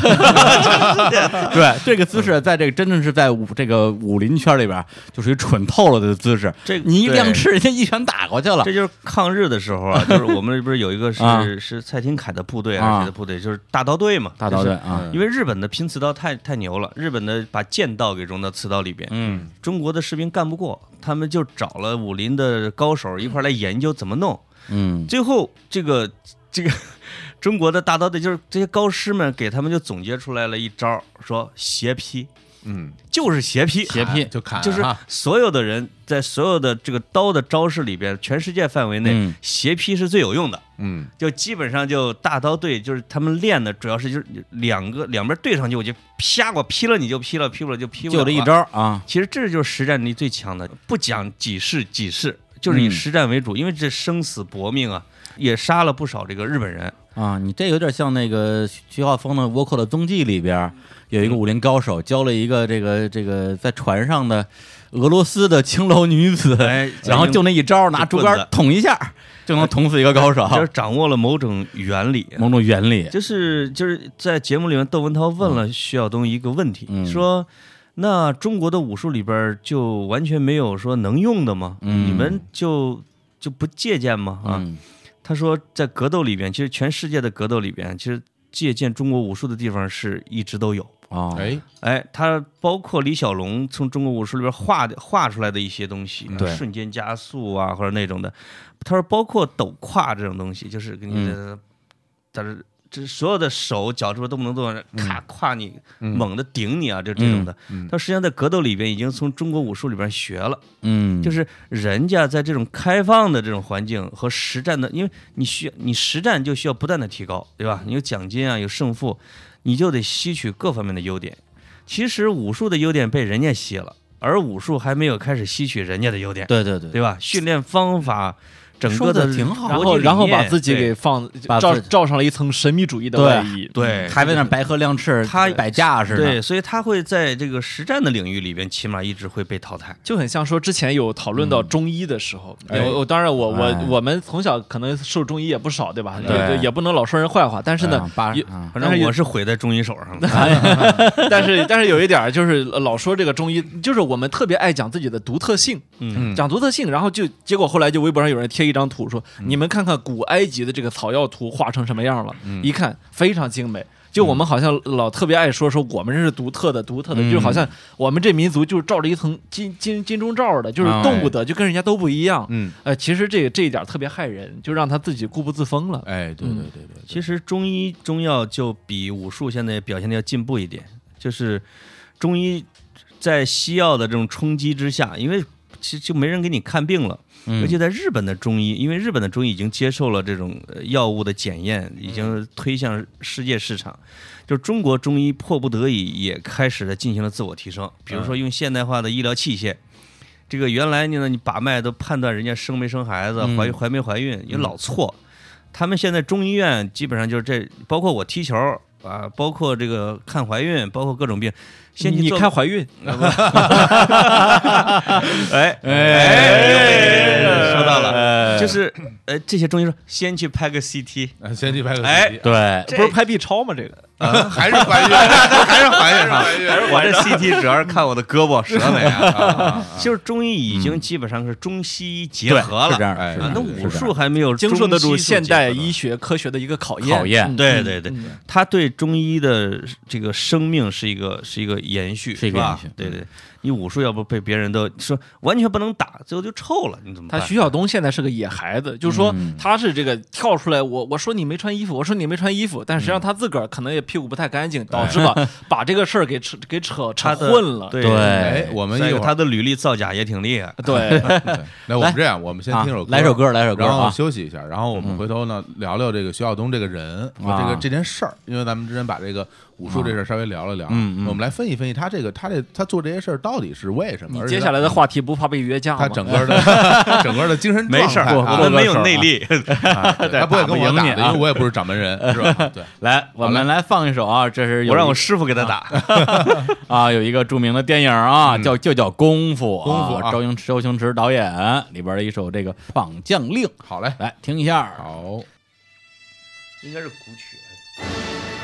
S3: 啊
S1: 对这个姿势，在这个真正是在武这个武林圈里边，就属于蠢透了的姿势。
S3: 这个
S1: 你一
S3: 对
S1: 亮翅，人家一拳打过去了
S3: 这。就是抗日的时候啊，就是我们这不是有一个是、
S1: 啊
S3: 是蔡廷锴的部队
S1: 啊
S3: 还是谁的部队，就是大刀队嘛，
S1: 大刀队
S3: 就是嗯
S1: 啊，
S3: 因为日本的拼刺刀太太牛了，日本的把剑道给融到刺刀里边，
S1: 嗯，
S3: 中国的士兵干不过，他们就找了武林的高手一块儿来研究怎么弄，
S1: 嗯，
S3: 最后这个这个 中国的大刀队就是这些高师们给他们就总结出来了一招儿，说斜劈
S2: 嗯，
S3: 就是斜劈，
S1: 斜劈
S2: 就砍
S3: 就是
S2: 啊
S3: 所有的人在所有的这个刀的招式里边，全世界范围内
S1: 嗯
S3: 斜劈是最有用的。
S2: 嗯
S3: 就基本上就大刀队，就是他们练的主要是就是两个两边对上去，我就啪我劈了你就劈了，劈不了就劈不了。
S1: 就这一招。啊，
S3: 其实这就是实战力最强的，不讲几世几世，就是以
S1: 嗯
S3: 实战为主，因为这生死搏命啊，也杀了不少这个日本人。
S1: 啊，你这有点像那个徐徐浩峰的《倭寇的踪迹》里边，有一
S3: 嗯
S1: 个武林高手教了一个这个这个在船上的俄罗斯的青楼女子，
S3: 哎，
S1: 然后就那一招，拿竹
S3: 就棍
S1: 竿
S3: 子
S1: 捅一下，就能捅死一个高手，
S3: 就是掌握了某种原理，
S1: 啊某种原理。
S3: 就是就是在节目里面，窦文涛问了徐晓东一个问题，
S1: 嗯
S3: 说：“那中国的武术里边儿就完全没有说能用的吗？
S1: 嗯
S3: 你们就就不借鉴吗？”啊，
S1: 嗯
S3: 他说，在格斗里边，其实全世界的格斗里边，其实借鉴中国武术的地方是一直都有。
S1: 哦，
S2: 哎
S3: 哎，他包括李小龙从中国武术里边画的画出来的一些东西，
S1: 对
S3: 瞬间加速啊，或者那种的。他说，包括抖胯这种东西，就是给你的，但是这所有的手脚这边都不能动，咔胯你、猛的顶你啊，就这种的。他实际上在格斗里边已经从中国武术里边学了，
S1: 嗯，
S3: 就是是人家在这种开放的这种环境和实战的，因为你需要你实战就需要不断的提高，对吧？你有奖金啊，有胜负，你就得吸取各方面的优点。其实武术的优点被人家吸了，而武术还没有开始吸取人家的优点，
S1: 对对对，
S3: 对吧？训练方法、整个
S6: 的
S3: 的
S6: 挺好
S4: 然
S3: 逻
S4: 后
S3: 辑理
S4: 然后把
S3: 念
S4: 自己
S3: 对
S4: 给放
S6: 把
S4: 罩
S6: 自己
S4: 罩上了一层神秘主义的
S6: 对
S4: 外衣，
S1: 嗯
S3: 对
S6: 还在那白鹤亮翅，
S3: 他
S6: 摆架似的。
S3: 对，所以他会在这个实战的领域里边，起码一直会被淘汰。
S4: 就很像说之前有讨论到中医的时候，
S2: 哎
S4: 我我当然我
S6: 嗯哎
S4: 我我们从小可能受中医也不少，对吧？
S6: 对
S4: 也也不能老说人坏话，但是呢
S6: 啊，八
S4: 有
S6: 啊
S3: 反
S4: 但
S3: 正
S4: 是
S3: 我是毁在中医手上 了。
S4: 但是但是有一点儿就是呃老说这个中医，就是我们特别爱讲自己的独特性，
S3: 嗯
S4: 讲独特性，然后就结果后来就微博上有人贴一张图说，你们看看古埃及的这个草药图画成什么样了，一看非常精美。就我们好像老特别爱说说我们这是独特的，独特的，
S6: 嗯
S4: 就好像我们这民族就是罩着一层金金金钟罩的，就是
S6: 哎
S4: 动不得就跟人家都不一样。
S2: 嗯，
S4: 呃，其实这这一点特别害人，就让他自己固步自封了。
S2: 哎，对对对对，
S3: 其实中医中药就比武术现在表现的要进步一点，就是中医在西药的这种冲击之下，因为其实就没人给你看病了，
S6: 嗯
S3: 尤其在日本的中医，因为日本的中医已经接受了这种呃药物的检验，
S6: 嗯
S3: 已经推向世界市场。就中国中医迫不得已也开始在进行了自我提升，比如说用现代化的医疗器械。这个原来你呢，你把脉都判断人家生没生孩子，
S6: 嗯
S3: 怀怀没怀孕，也老错。他们现在中医院基本上就是这，包括我踢球啊，包括这个看怀孕，包括各种病。先去
S4: 你
S3: 做
S4: 看怀孕，
S3: 哎哎，说到了，就是呃，这些中医说先去拍个 CT，
S2: 哎先去拍个
S3: 哎
S2: 手机
S6: 对，
S4: 不是拍 B 超吗？这个
S2: 啊还是怀孕，还是怀孕上，
S3: 我这 CT 主要是看我的胳膊折没啊，
S2: 啊
S3: 就是中医已经基本上是中西医结合
S6: 是这
S3: 了。
S6: 样的。
S2: 哎
S6: 是这
S3: 啊
S6: 样，
S3: 那
S6: 的是这
S3: 武
S6: 样
S3: 术还没有
S4: 经受得住
S3: 中西所
S4: 现
S3: 结
S4: 代
S3: 合的
S4: 医学科学的一个考验。
S6: 考验
S3: 对对对
S4: 嗯
S3: 他对中医的这个生命是一个是一个延续，
S6: 是一个
S3: 吧
S6: 延续
S3: 对对，你武术要不被别人都说完全不能打，最后就臭了，你怎么
S4: 他
S3: 办？
S4: 徐晓东现在是个野孩子，就是说他是这个跳出来，我我说你没穿衣服，我说你没穿衣服，但实际上他自个儿可能也屁股不太干净，导致吧把这个事儿给扯给扯扯
S3: 他的
S4: 混了。
S3: 对
S6: 对
S2: 哎，，我们
S3: 再一
S2: 一
S3: 个
S2: 会儿
S3: 他的履历造假也挺厉害，
S4: 对，
S2: 对那我们这样，我们先
S6: 啊
S2: 听首歌，
S6: 来首歌，来首歌
S2: 然后
S6: 啊，
S2: 休息一下，然后我们回头呢聊聊这个徐晓东这个人和这
S6: 啊
S2: 个这件事儿，因为咱们之前把这个武术这事儿稍微聊了聊，
S6: 嗯嗯
S2: 我们来分析分析他这个他这他做这些事儿到底是为什么？
S4: 你
S2: 而且嗯
S4: 接下来的话题不怕被约架
S2: 他
S4: 吗？
S2: 整 个的整个的精神
S3: 没事儿，
S2: 状态啊
S3: 我们没
S6: 过
S3: 有
S6: 个手
S3: 内
S6: 啊
S3: 力，
S2: 啊对他不会跟我
S6: 打不
S2: 打
S6: 赢你
S2: 的，
S6: 啊
S2: 因为我也不是掌门人，是吧？对，
S6: 来，我们来放一首啊，这是有
S3: 我让
S6: 一
S3: 我师傅给他打。
S6: 啊，有一个著名的电影啊，叫就叫《功夫》啊，
S2: 嗯功夫啊
S6: 周星周星驰导演里边的一首这个《绑将令》，
S2: 好嘞，
S6: 来听一下。
S2: 好，
S3: 应该是古曲。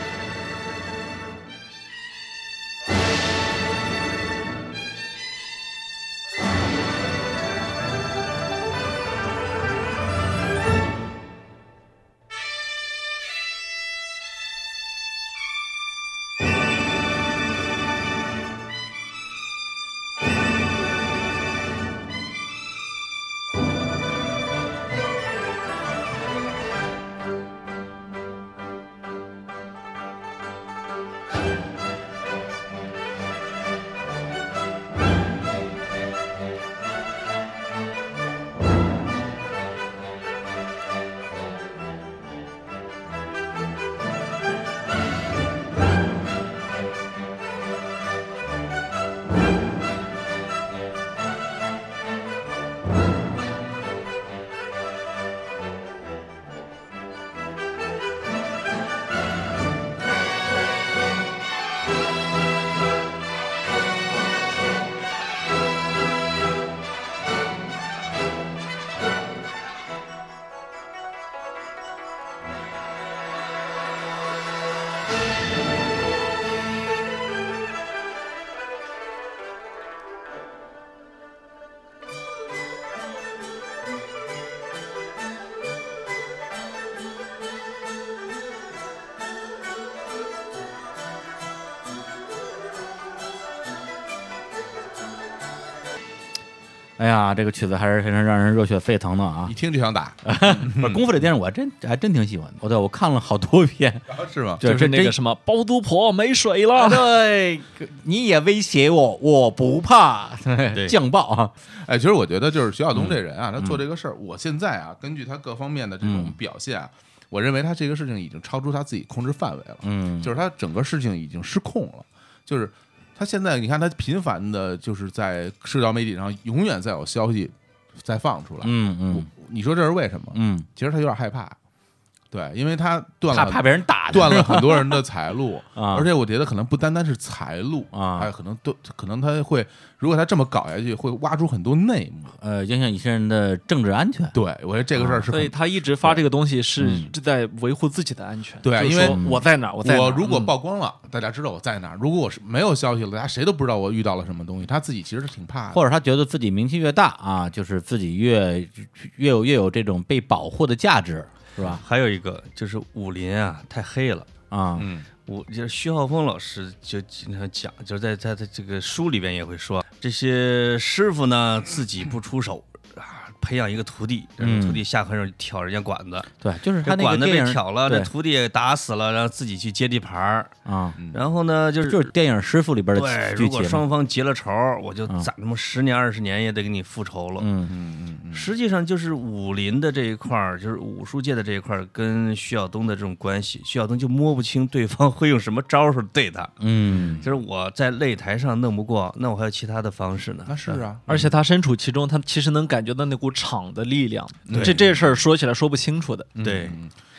S6: 哎呀，这个曲子还是非常让人热血沸腾的啊
S2: 一！听就 想打，嗯
S6: 不是《功夫》这电影，我还真还真挺喜欢的。哦，对，我看了好多 遍。
S2: 是吗？
S6: 对，
S4: 就是
S6: 这
S4: 那个什么包租婆没水
S1: 啊
S4: 了。
S6: 对，你也威胁我，我不怕，
S3: 对
S6: 酱爆啊！
S2: 哎，其实我觉得就是徐晓
S6: 嗯
S2: 东这人啊，他做这个事儿，我现在啊，根据他各方面的这种
S6: 嗯
S2: 表现啊，我认为他这个事情已经超出他自己控制范围了。
S6: 嗯，
S2: 就是他整个事情已经失控了，就是他现在你看他频繁的就是在社交媒体上永远在有消息再放出来，
S6: 嗯嗯，
S2: 我你说这是为什么？
S6: 嗯，
S2: 其实他有点害怕，对，因为他断
S6: 怕
S2: 了
S6: 怕被人打
S2: 断了很多人的财路，
S6: 啊
S2: 而且我觉得可能不单单是财路哎
S6: 啊
S2: 还可能都可能他会，如果他这么搞下去，会挖出很多内幕。
S6: 呃，影响一些人的政治安全。
S2: 对，我觉得这个事儿是
S4: 所
S2: 很
S4: 以他一直发这个东西是
S6: 嗯
S4: 是在维护自己的安全。
S2: 对啊
S4: 就是
S2: 因为
S4: 说我在哪儿，我在哪儿。
S2: 我如果曝光了，大家知道我在哪儿；如果我是没有消息了，大家谁都不知道我遇到了什么东西，他自己其实是挺怕的。
S6: 或者他觉得自己名气越大啊，就是自己越越有越有这种被保护的价值，是吧？
S3: 还有一个就是武林啊，太黑了。
S6: 啊，
S2: 嗯
S3: 我就是徐浩峰老师就经常讲，就是在他的这个书里边也会说，这些师傅呢自己不出手啊，培养一个徒弟，让徒弟下狠手挑人家管子，
S6: 对，就是他
S3: 这
S6: 那
S3: 管
S6: 个
S3: 子
S6: 电
S3: 被
S6: 影
S3: 挑了，
S6: 对
S3: 这徒弟也打死了，然后自己去接地盘儿。
S6: 啊，
S2: 嗯
S3: 然后呢，就是
S6: 就是电影《师傅》里边
S3: 对，
S6: 的剧情
S3: 如果
S6: 嘛。
S3: 双方结了仇，我就
S6: 嗯
S3: 攒他妈十年二十年也得给你复仇了。
S6: 嗯
S3: 实际上就是武林的这一块儿，就是武术界的这一块儿，跟徐晓东的这种关系，徐晓东就摸不清对方 会用什么招数对他。
S6: 嗯
S3: 就是我在擂台上弄不过，那我还有其他的方式呢。
S2: 那是啊，
S4: 而且他身处其中，他其实能感觉到那股场的力量。
S3: 对
S4: 这这事儿说起来说不清楚的。
S3: 对，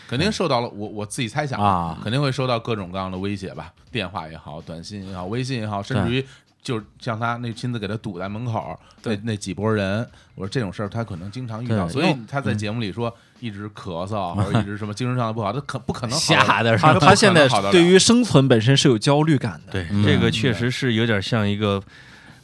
S2: 肯定受到了我我自己猜想
S6: 啊
S2: 肯定会受到各种各样的威胁吧，电话也好，短信也好，微信也好，甚至于就是像他那亲自给他堵在门口，那那几拨人，我说这种事儿他可能经常遇到，
S6: 对
S2: 所
S6: 因
S2: 以
S6: 为
S2: 他在节目里说一直咳嗽或者一直什么精神上的不好，他可不可能好到
S6: 吓得是吧
S4: 他
S2: 不可
S4: 他
S2: 能
S4: 现在
S2: 好得了
S4: 对于生存本身是有焦虑感的。
S3: 对，
S6: 嗯
S3: 这个确实是有点像一个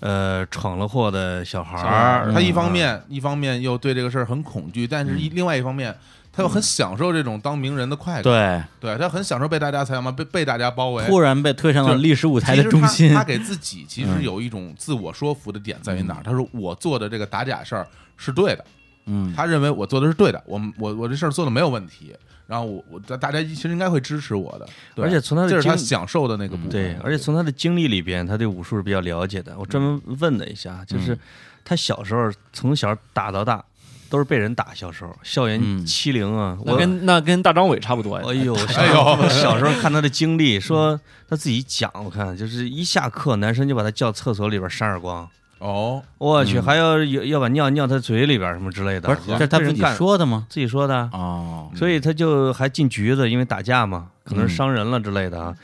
S3: 呃闯了祸的小孩
S2: 小孩儿
S3: 儿。
S2: 他一方面一方面又对这个事儿很恐惧，但是一
S3: 嗯
S2: 另外一方面。他又很享受这种当名人的快感，
S6: 对，
S2: 对他很享受被大家采访，被被大家包围，
S6: 突然被推上了历史舞台
S2: 其
S6: 的
S2: 实
S6: 中
S2: 他
S6: 心
S2: 他。给自己其
S3: 嗯
S2: 实有一种自我说服的点在于哪儿？他说我做的这个打假事儿是对的，
S6: 嗯，
S2: 他认为我做的是对的，我我我这事儿做的没有问题。然后我我大大家其实应该会支持我的，对
S3: 而且从他的
S2: 这是他
S3: 经嗯
S2: 享受的那个部分。
S3: 对，而且从他的经历里边，他对武术是比较了解的。我专门问了一下，就是他小时候从小打到大，都是被人打。小时候校园
S6: 嗯
S3: 欺凌啊，
S4: 那
S3: 我
S4: 跟那跟大张伟差不多呀。
S3: 哎呦，
S2: 哎 呦
S3: 小时候看他的经历，说他自己讲，我看就是一下课，男生就把他叫厕所里边扇耳光，
S2: 哦，
S3: 我去，还要要要把尿尿他嘴里边什么之类的，
S6: 不是，这是他
S3: 被
S6: 自
S3: 人
S6: 己
S3: 干
S6: 说的
S2: 嗯
S6: 吗？
S3: 自己说的啊，
S6: 哦，
S3: 所以他就还进局子，因为打架嘛，可能是伤人了之类的啊。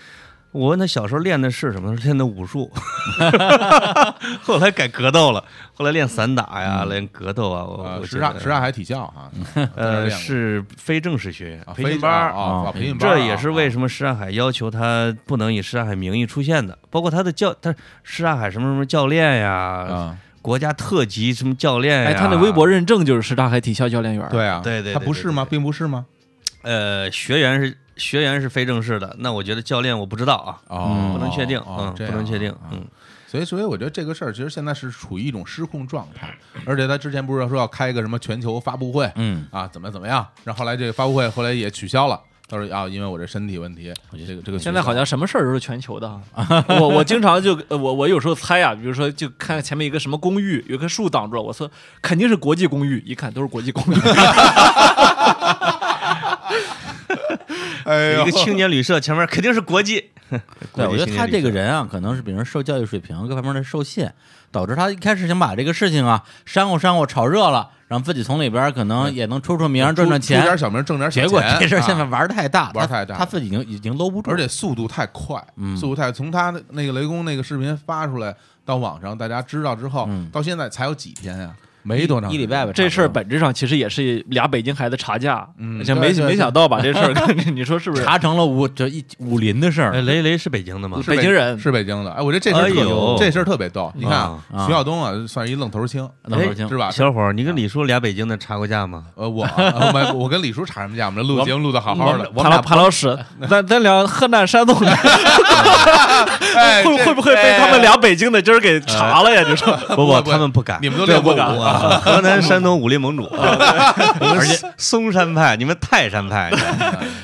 S3: 我问他小时候练的是什么？他说练的武术，后来改格斗了，后来练散打呀，练格斗啊。我
S2: 呃，
S3: 我
S2: 什
S3: 觉
S2: 刹
S3: 得
S2: 什刹海体校哈，
S3: 呃是非正式学院
S2: 啊
S3: 培训班儿
S2: 啊，
S6: 啊
S2: 啊培训班儿
S3: 这
S2: 啊，
S3: 也是为
S2: 么
S3: 什么施亚海要求他不能以施亚海名义出现的，包括他的教，他施亚海什么什么教练呀，
S2: 啊，
S3: 国家特级什么教练呀，
S4: 哎，他那微博认证就是师大海体校教练员。，
S2: 对啊，
S3: 对对对
S2: 他不是吗？并不是吗？
S3: 呃学员是学员是非正式的，那我觉得教练我不知道啊，
S2: 哦，
S3: 不能确定，
S2: 哦
S3: 嗯，
S2: 这
S3: 不
S2: 样
S3: 能确定
S2: 啊，
S3: 嗯，
S2: 所以，所以我觉得这个事儿其实现在是处于一种失控状态，而且他之前不是说要开一个什么全球发布会
S6: 嗯，
S2: 啊，怎么怎么样，然后后来这个发布会后来也取消了，他说啊，因为我这身体问题，这个这个
S4: 现在好像什么事儿都是全球的 啊。我我经常就呃我我有时候猜啊，比如说就看前面一个什么公寓，有一棵树挡住了，我说肯定是国际公寓，一看都是国际 公寓。
S2: 哎
S3: 一个青年旅社前面肯定是国际，
S6: 对，我觉得他这个
S3: 人
S6: 人啊，可能是比如说受教育水平各方面的受限，导致他一开始想把这个事情啊煽乎煽乎炒热了，然后自己从里边可能也能出出名赚赚
S2: 出点
S6: 钱。
S2: 小名挣点小
S6: 结果这事儿现在
S2: 啊
S6: 玩儿太大，
S2: 玩儿
S6: 他
S2: 太大
S6: 他自己已经已经搂不住，
S2: 而且速度太快，速度太，从他那个雷公那个视频发出来到网上大家知道之后，到现在才有几天呀，没多长
S6: 一礼拜吧。
S4: 这事
S6: 差
S4: 儿
S6: 不多
S4: 本质上其实也是俩北京孩子吵架，
S2: 嗯
S4: 而且没
S2: 对对对
S4: 没想到吧这事儿， 你说是不是？
S6: 查成了武这一武林的
S1: 嗯
S6: 事
S3: 哎，
S6: 儿。
S3: 雷雷是北京的吗？
S2: 是
S4: 北京人
S2: 是北京的，哎，我觉得这事儿特
S3: 哎呦
S2: 这事儿特别逗，你看啊
S6: 啊
S2: 徐晓东啊，算是一愣头青，
S6: 那我行
S2: 是吧？
S3: 小伙儿，你跟李叔俩北京的查过架吗？
S2: 呃，我啊我我跟李叔吵什么架？我们这录节目录的好好的，
S4: 潘老潘老师，咱咱俩河南山东 的，
S2: 哎，
S4: 会
S2: 这
S4: 会不会被他们俩北京的今儿给
S6: 哎
S4: 查了呀？你说
S3: 不
S2: 不
S3: 不，
S2: 不
S3: 他们不敢，
S2: 你们都练过武
S3: 我
S2: 啊？
S3: 河南、山东武林盟主，我们是嵩山派，你们泰山派，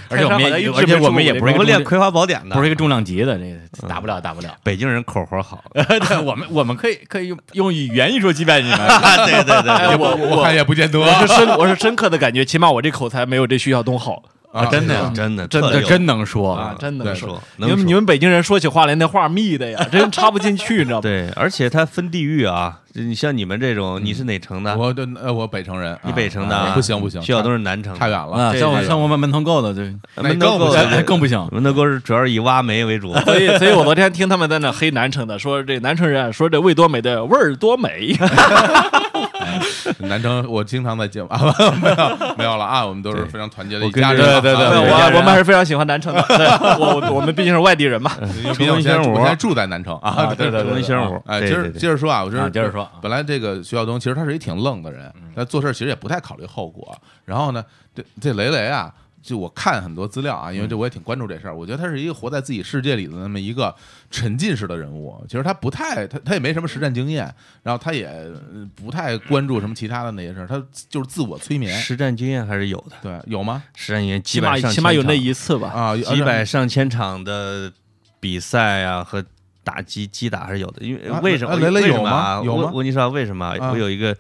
S6: 而且我们
S4: 泰山好像一
S6: 也
S4: 直
S6: 而且
S4: 没
S6: 我们
S4: 出
S6: 也
S4: 武
S6: 不是一
S3: 我
S4: 林
S6: 个
S3: 们
S6: 重
S3: 练《
S6: 量
S3: 葵花宝典》的，
S6: 不是一个重量级的，这个打不了打不了。
S3: 北京人口活好。
S6: 哎对，我们我们可以可以用用语言一说击败你们。
S3: 对对对，
S4: 哎我
S2: 我看也不见得
S4: 我是深我是深刻的感觉，起码我这口才没有这徐晓东好。
S2: 啊，
S1: 真的呀
S2: 是吧
S3: 真的
S1: 真
S3: 特
S1: 的
S3: 有
S1: 真能说，
S4: 啊，
S6: 嗯
S4: 真
S2: 对
S4: 能说。
S3: 说，
S4: 你
S3: 能
S4: 们
S3: 说
S4: 你们北京人说起话来那话密的呀，真插不进去，你知道吗？
S3: 对，而且它分地域啊，你像你们这种，你是哪城的？
S2: 我的呃，我北城人，
S3: 你北城的
S2: 啊
S3: 啊
S2: 不行不行，
S3: 徐晓东
S2: 差
S3: 是南城，
S2: 差远了
S6: 啊，
S3: 这
S6: 像我
S3: 个
S6: 像我们门头沟的，对，
S2: 那
S3: 门
S2: 更
S3: 头
S2: 不
S3: 沟
S2: 行
S6: 哎
S3: 啊的，
S6: 更不行。
S3: 门头沟是主要是以挖煤为主，
S2: 啊
S4: 所以，所以我昨天听他们在那黑南城的，说这南城人啊说这味多美的味儿多美，
S2: 南城，我经常在节目啊，没有没有了啊，我们都是非常团结的一
S3: 我跟
S2: 家
S3: 着
S2: 人啊。
S3: 对对
S2: 啊
S3: 对
S2: 我
S4: 我我们还是非常喜欢南城的。对我我我们毕竟是外地人嘛，
S6: 嗯
S2: 因为毕竟我现在住我
S3: 重文宣武
S2: 现在住在南城啊，
S4: 对对对
S3: 文宣武
S2: 哎，
S3: 对
S2: 接
S3: 对
S2: 着
S3: 对
S2: 接着说啊，我就是
S6: 啊接着说啊
S2: 本来这个徐晓东其实他是一挺愣的人，他做事其实也不太考虑后果。然后呢，这这雷雷啊，就我看很多资料啊，因为这我也挺关注这事儿，我觉得他是一个活在自己世界里的那么一个沉浸式的人物。其实他不太，他他也没什么实战经验，然后他也呃不太关注什么其他的那些事儿，他就是自我催眠。
S3: 实战经验还是有的，
S2: 对，有吗？
S3: 实战经验
S4: 起
S3: 几
S4: 码
S3: 百上
S4: 起码有
S3: 千
S4: 那
S3: 场
S4: 一次吧。
S2: 啊，
S3: 几百上千场的比赛啊和打击击打还是有的，因为
S2: 啊
S3: 为什么？
S2: 啊雷雷
S3: 为什
S2: 有
S3: 么
S2: 吗
S3: 啊
S2: 有吗
S3: 我我跟你说啊为什么
S2: 啊
S3: 啊？我有一个，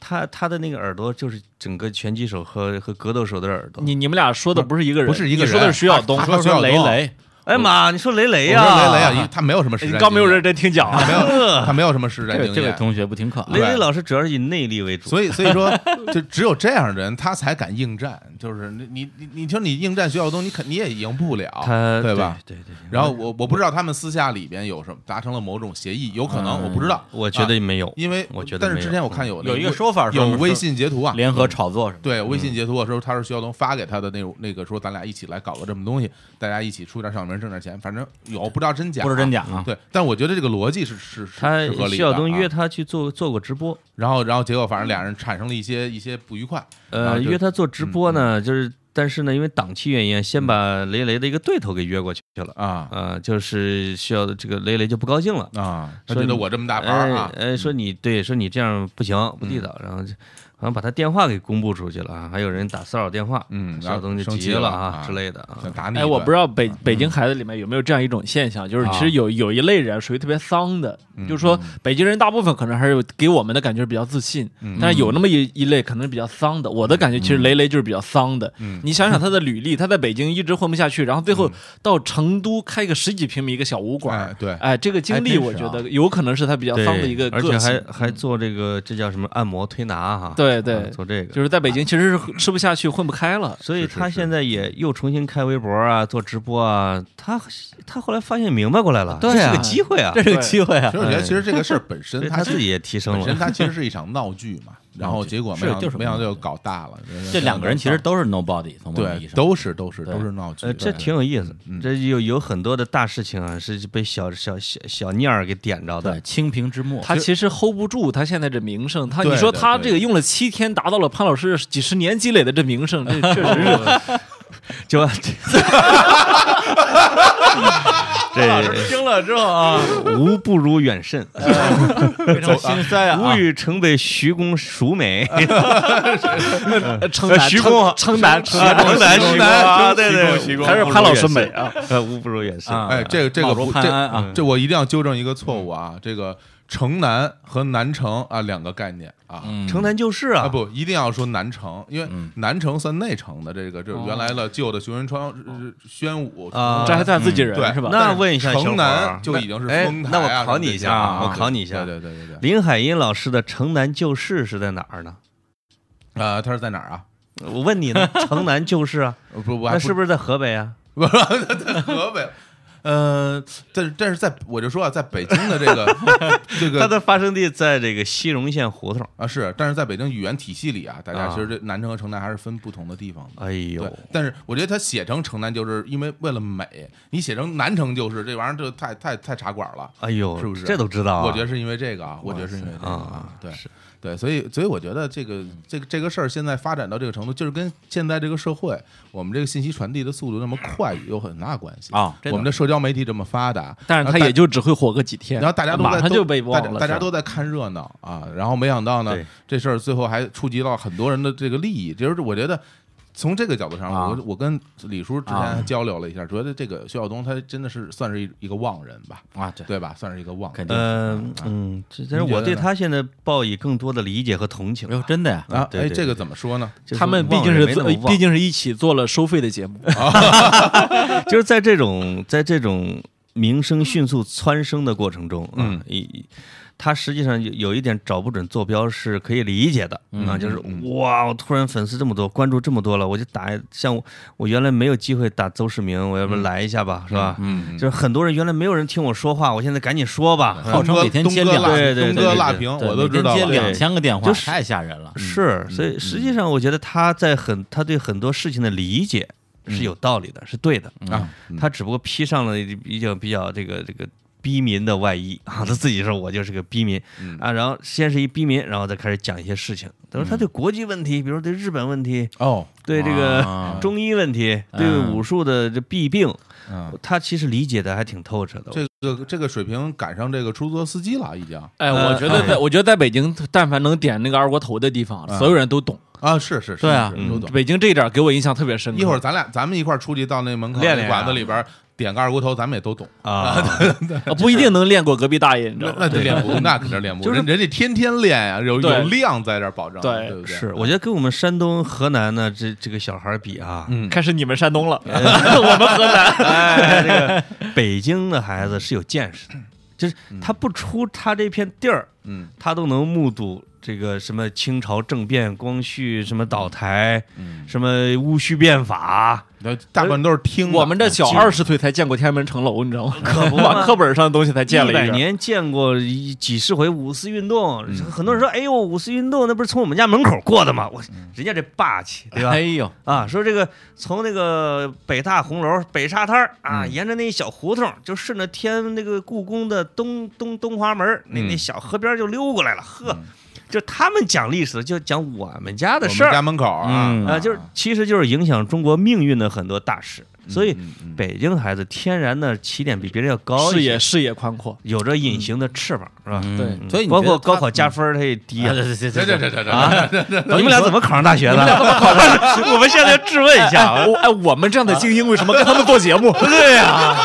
S3: 他他的那个耳朵就是整个拳击手和和格斗手的耳朵。
S4: 你你们俩说的不是一个人，
S2: 不是一个人啊
S4: 你说的是徐晓东，
S2: 他
S4: 他
S2: 说徐晓
S4: 说
S2: 东
S4: 雷雷，
S3: 哎妈，你说雷雷
S2: 我
S3: 呀、
S2: 说雷雷啊，因为他没有什么实
S4: 哎你
S2: 战经验，
S4: 刚没有认真听讲啊。
S2: 没有，他没有什么实战
S6: 这
S2: 经
S6: 位这位
S2: 验。
S6: 同学不听课啊
S3: 雷雷
S2: 对
S3: 老师主要是以内力为主，
S2: 所以，所以说，就只有这样的人，他才敢应战。就是你，你，你，你说你应战徐晓东，你肯你也赢不了，
S3: 他
S2: 对吧？？
S3: 对对对。
S2: 然后我我不知道他们私下里边有什么达成了某种协议，有可能我不知道，
S3: 我觉得没有，
S2: 因为
S3: 我觉得
S2: 但是
S3: 没有
S2: 之前我看有那
S6: 有一个说法说
S2: 有
S6: 是
S2: 微信截图啊，
S6: 联合炒作什么的？
S2: 对微信截图的时候，他是徐晓东发给他的那种那个说咱俩一起来搞个这么东西，大家一起出点小名挣点钱，反正有不知道真假，
S6: 不知真假啊。
S2: 对，但我觉得这个逻辑是是是
S3: 他
S2: 是合理的啊。
S3: 徐晓东约他去做做过直播，
S2: 然后然后结果反正俩人产生了一些一些不愉快，然后
S3: 呃，
S2: 就嗯
S3: 约他做直播呢，就是但是呢，因为档期原因，先把雷雷的一个对头给约过去了，
S2: 啊
S3: 呃，就是需要这个雷雷就不高兴了。
S2: 啊，他
S3: 说
S2: 觉得
S3: 你
S2: 我这么大牌
S3: 哎
S2: 儿啊，嗯
S3: 哎，说你对，说你这样不行，不地道，然后就好像把他电话给公布出去了啊，还有人打骚扰电话，
S2: 嗯，
S3: 小东就
S2: 生
S3: 急
S2: 气
S3: 了
S2: 啊
S3: 之类的啊，
S2: 想打你一顿。嗯啊
S4: 哎，我不知道北北京孩子里面有没有这样一种现象，就是其实有有一类人属于特别丧的，
S2: 嗯
S4: 就是说北京人大部分可能还是有给我们的感觉比较自信，
S2: 嗯
S4: 但是有那么一一类可能是比较丧的。我的感觉其实雷雷就是比较丧的。
S2: 嗯
S4: 你想想他的履历，他在北京一直混不下去，然后最后到成都开个十几平米一个小武
S2: 哎
S4: 馆，
S2: 对
S4: 哎，这个经
S6: 还
S4: 历
S6: 真是
S4: 我
S2: 啊
S4: 觉得有可能是他比较丧的一个
S3: 而
S4: 个
S3: 且
S4: 性
S3: 还。还做这个这叫什么按摩推拿哈，
S4: 对
S3: 啊
S4: 对，
S3: 做这个。
S4: 就是在北京其实是吃不下去、混不开了。
S3: 所以
S2: 是是
S3: 他
S2: 是
S3: 现在也又重新开微博啊，做直播啊。他他后来发现明白过来了，
S6: 对
S3: 这是
S6: 啊
S3: 个机会啊，
S6: 这是个机会啊
S2: 其！实我觉得，其实这个事儿本身
S3: 所以
S2: 它
S3: 他
S2: 其
S3: 自
S2: 实
S3: 己也提升
S2: 本身
S3: 了。
S2: 它其实是一场闹剧嘛，然后结果没
S6: 是
S2: 想
S6: 就是
S2: 没想到
S6: 闹
S2: 就
S6: 剧
S2: 搞大了。
S6: 这两个人其实都是 nobody，从某种意
S2: 对
S6: 义上，
S2: 都是都是
S6: 对
S2: 都是闹剧
S3: 呃，，这
S2: 对
S3: 挺有意思
S2: 嗯，
S3: 这有有很多的大事情啊，是被小小小小念儿给点着的
S6: 对。清平之末。
S4: 他其实 hold 不住他现在这名声，他
S2: 哦对
S4: 你说
S2: 对
S4: 他
S2: 对
S4: 这个用了七天达到了潘老师几十年积累的这名声，这确实
S2: 哦
S4: 是
S3: 就这
S6: 听了之后啊，
S3: 无不如远慎，
S6: 非常心塞
S3: 无
S6: 啊！
S3: 与城北徐公孰美？
S4: 呃称南
S3: 徐
S4: 称
S3: 工啊
S4: 称南称
S3: 啊
S4: 南
S3: 城南
S4: 称
S3: 徐公
S4: 南
S3: 啊，
S4: 称
S3: 对
S4: 南
S3: 对，
S4: 还是潘老师美啊！
S3: 呃，无不如远慎。
S6: 啊
S2: 哎，这个这个
S6: 冒如
S2: 不
S6: 潘
S2: 这
S6: 安啊
S2: 这我一定要纠正一个错误啊！这个城南和南城啊两个概念啊。
S1: 嗯
S6: 嗯
S3: 城南旧事啊
S2: 啊，不，一定要说南城，因为南城算内城的这个，这原来的旧的熊仁川、呃宣武
S3: 啊
S4: 这还算自己
S2: 嗯对
S4: 人是吧？
S3: 那问一下小伙
S2: 城
S3: 儿
S2: 南就已经是
S3: 那哎
S2: 丰台
S3: 那
S2: 啊
S3: 我
S2: 什
S3: 考
S2: 么
S3: 你
S2: 这
S3: 一
S2: 些
S3: 下
S2: 啊
S3: 啊，
S2: 对
S3: 我考你一下。
S2: 对对对对对，
S3: 林海音老师的《城南旧事》是在哪儿呢？
S2: 啊，他是在哪儿啊？
S3: 我问你呢，《城南旧事》啊，
S2: 呃不，我还
S3: 那
S2: 不
S3: 是不是在河北啊？
S2: 不是在河北。呃，但是但是在我就说啊，在北京的这 个这
S3: 它
S2: 个
S3: 的发生地在这个西荣县胡同。
S2: 啊是，但是在北京语言体系里啊，大家
S3: 啊
S2: 其实这南城和城南还是分不同的地方的。
S3: 哎
S2: 对
S3: 呦，，
S2: 但是我觉得他写成城南就是因为为了美，你写成南城就是这玩意儿，这太太太茶馆了。
S3: 哎呦，
S2: 是不是
S3: 这都知道啊？
S2: 我觉得是因为这个啊，我觉得是因为这个
S3: 啊，
S2: 对
S3: 是
S2: 对，所以所以我觉得这个这个这个事儿现在发展到这个程度，就是跟现在这个社会，我们这个信息传递的速度那么快有很大关系
S6: 啊
S2: 我们的社交媒体这么发达，
S4: 但是他
S2: 然后
S4: 也就只会火个几天，
S2: 然后大家都在
S4: 马上
S2: 都
S4: 就被忘
S2: 大
S4: 了，
S2: 家大家
S4: 是吧
S2: 都在看热闹啊。然后没想到呢
S3: 对，
S2: 这事儿最后还触及到很多人的这个利益，就是我觉得。从这个角度上，
S6: 啊
S2: 我我跟李叔之前
S6: 啊
S2: 还交流了一下，觉得这个徐晓东他真的是算是一一个旺人吧，
S6: 啊，对，
S2: 对吧？算是一个旺人
S6: 肯定。
S3: 嗯嗯，这但是
S2: 你觉
S3: 我
S2: 得
S3: 对
S2: 呢
S3: 他现在抱以更多的理解和同情
S6: 哎。呦，真的呀，
S2: 啊。
S3: 对
S2: 哎，
S3: 对
S2: 这个怎么说呢？
S3: 就是
S4: 他们毕
S3: 忘
S4: 竟
S3: 了
S4: 是
S3: 没那
S4: 做
S3: 么忘
S4: 毕竟是一起做了收费 的节目，
S3: 就是在这种在这种名声迅速蹿升的过程中，啊
S2: 嗯，
S3: 一他实际上有有一点找不准坐标是可以理解的啊，就是哇，我突然粉丝这么多，关注这么多了，我就打像我我原来没有机会打邹市明，我要不来一下吧，是吧？
S2: 嗯，
S3: 就是很多人原来没有人听我说话，我现在赶紧说 吧，
S6: 号称
S2: 东哥
S6: 每天接
S2: 东哥
S6: 两
S2: 辣
S3: 对对对
S2: 东哥
S3: 对
S2: 辣
S3: 对
S2: 评，
S6: 对
S2: 我都
S6: 每
S2: 知
S6: 天
S2: 道
S6: 接
S2: 了。
S6: 两千个电话，
S3: 就是
S6: 太吓人了。
S2: 嗯
S3: 是，所以实际上我觉得他在很他对很多事情的理解
S2: 嗯
S3: 是有道理的，是对的。
S2: 啊，
S3: 他只不过披上了比较比较这个这个逼民的外衣啊，他自己说我就是个逼民
S2: 嗯
S3: 啊，然后先是一逼民，然后再开始讲一些事情。他说他对国际问题，比如对日本问题，
S2: 哦，
S3: 对这
S6: 啊
S3: 个中医问题，对武术的这弊病，
S2: 嗯，
S3: 他其实理解的还挺透彻的。
S2: 这个这个水平赶上这个出租车司机了，已经
S4: 哎，
S3: 呃
S4: 我觉得在我觉得在北京，但凡能点那个二锅头的地方，
S2: 嗯
S4: 所有人都懂。
S2: 啊，是是是，
S6: 对啊
S2: 是
S3: 嗯
S2: 都懂。
S4: 北京这一点给我印象特别深刻。
S2: 一会儿咱俩咱们一块儿出去到那门口
S3: 练
S2: 那
S3: 练
S2: 馆子
S3: 啊
S2: 里边儿点个二锅头，咱们也都懂。
S3: 啊，
S4: 啊不一定能练过隔壁大爷，你知
S2: 那
S4: 道吗
S2: 那？就练不动，那肯定练不动。
S3: 就是
S2: 人人家天天练呀，有有
S4: 对
S2: 量在这儿保证，
S4: 对
S2: 对不对？
S3: 是，我觉得跟我们山东、河南呢，这这个小孩儿比啊，
S2: 嗯
S4: 开始你们山东了， 我们 河南。
S3: 哎，这个北京的孩子是有见识的，就是他不出他这片地儿，
S2: 嗯
S3: 他都能目睹这个什么清朝政变、光绪什么倒台、
S2: 嗯，
S3: 什么戊戌变法，
S2: 那大部分都是
S3: 嗯
S2: 听的嗯
S4: 我们这小
S2: 听
S4: 二十岁才见过天安门城楼，你知 道吗？
S3: 可不
S4: 往
S3: 嘛。
S4: 课本上的东西才见了
S3: 一百
S4: 遍。
S3: 年见过一几十回五四运动，很多人说：“哎呦，五四运动那不是从我们家门口过的吗？”我人家这霸气，对吧？
S6: 哎呦，
S3: 啊，说这个从那个北大红楼北沙滩儿
S6: 嗯
S3: 啊，沿着那一小胡同，就顺着天安那个故宫的东东东华门儿那
S2: 嗯
S3: 那小河边儿就溜过来了。呵，
S6: 嗯
S3: 就他们讲历史，就讲我们家的
S2: 我
S3: 事
S2: 们
S3: 儿
S2: 家门口啊
S6: 嗯，
S3: 啊，就是其实就是影响中国命运的很多大事。所以
S2: 嗯嗯
S3: 北京孩子天然的起点比别人要高
S4: 视
S3: 一
S4: 野
S3: 些，
S4: 视野宽阔，
S3: 有着隐形的翅膀，是吧？
S4: 对
S3: 嗯
S6: 嗯所以你
S3: 包
S6: 觉得
S3: 括高
S6: 他嗯
S3: 考加分儿它也低
S6: 啊
S3: 啊。
S6: 对对对
S2: 这这这这这
S3: 啊！你们俩怎么考上 大学的？我们现在要质问一下，
S4: 我哎，我们这样的精英为什么跟他们做 节目？对呀，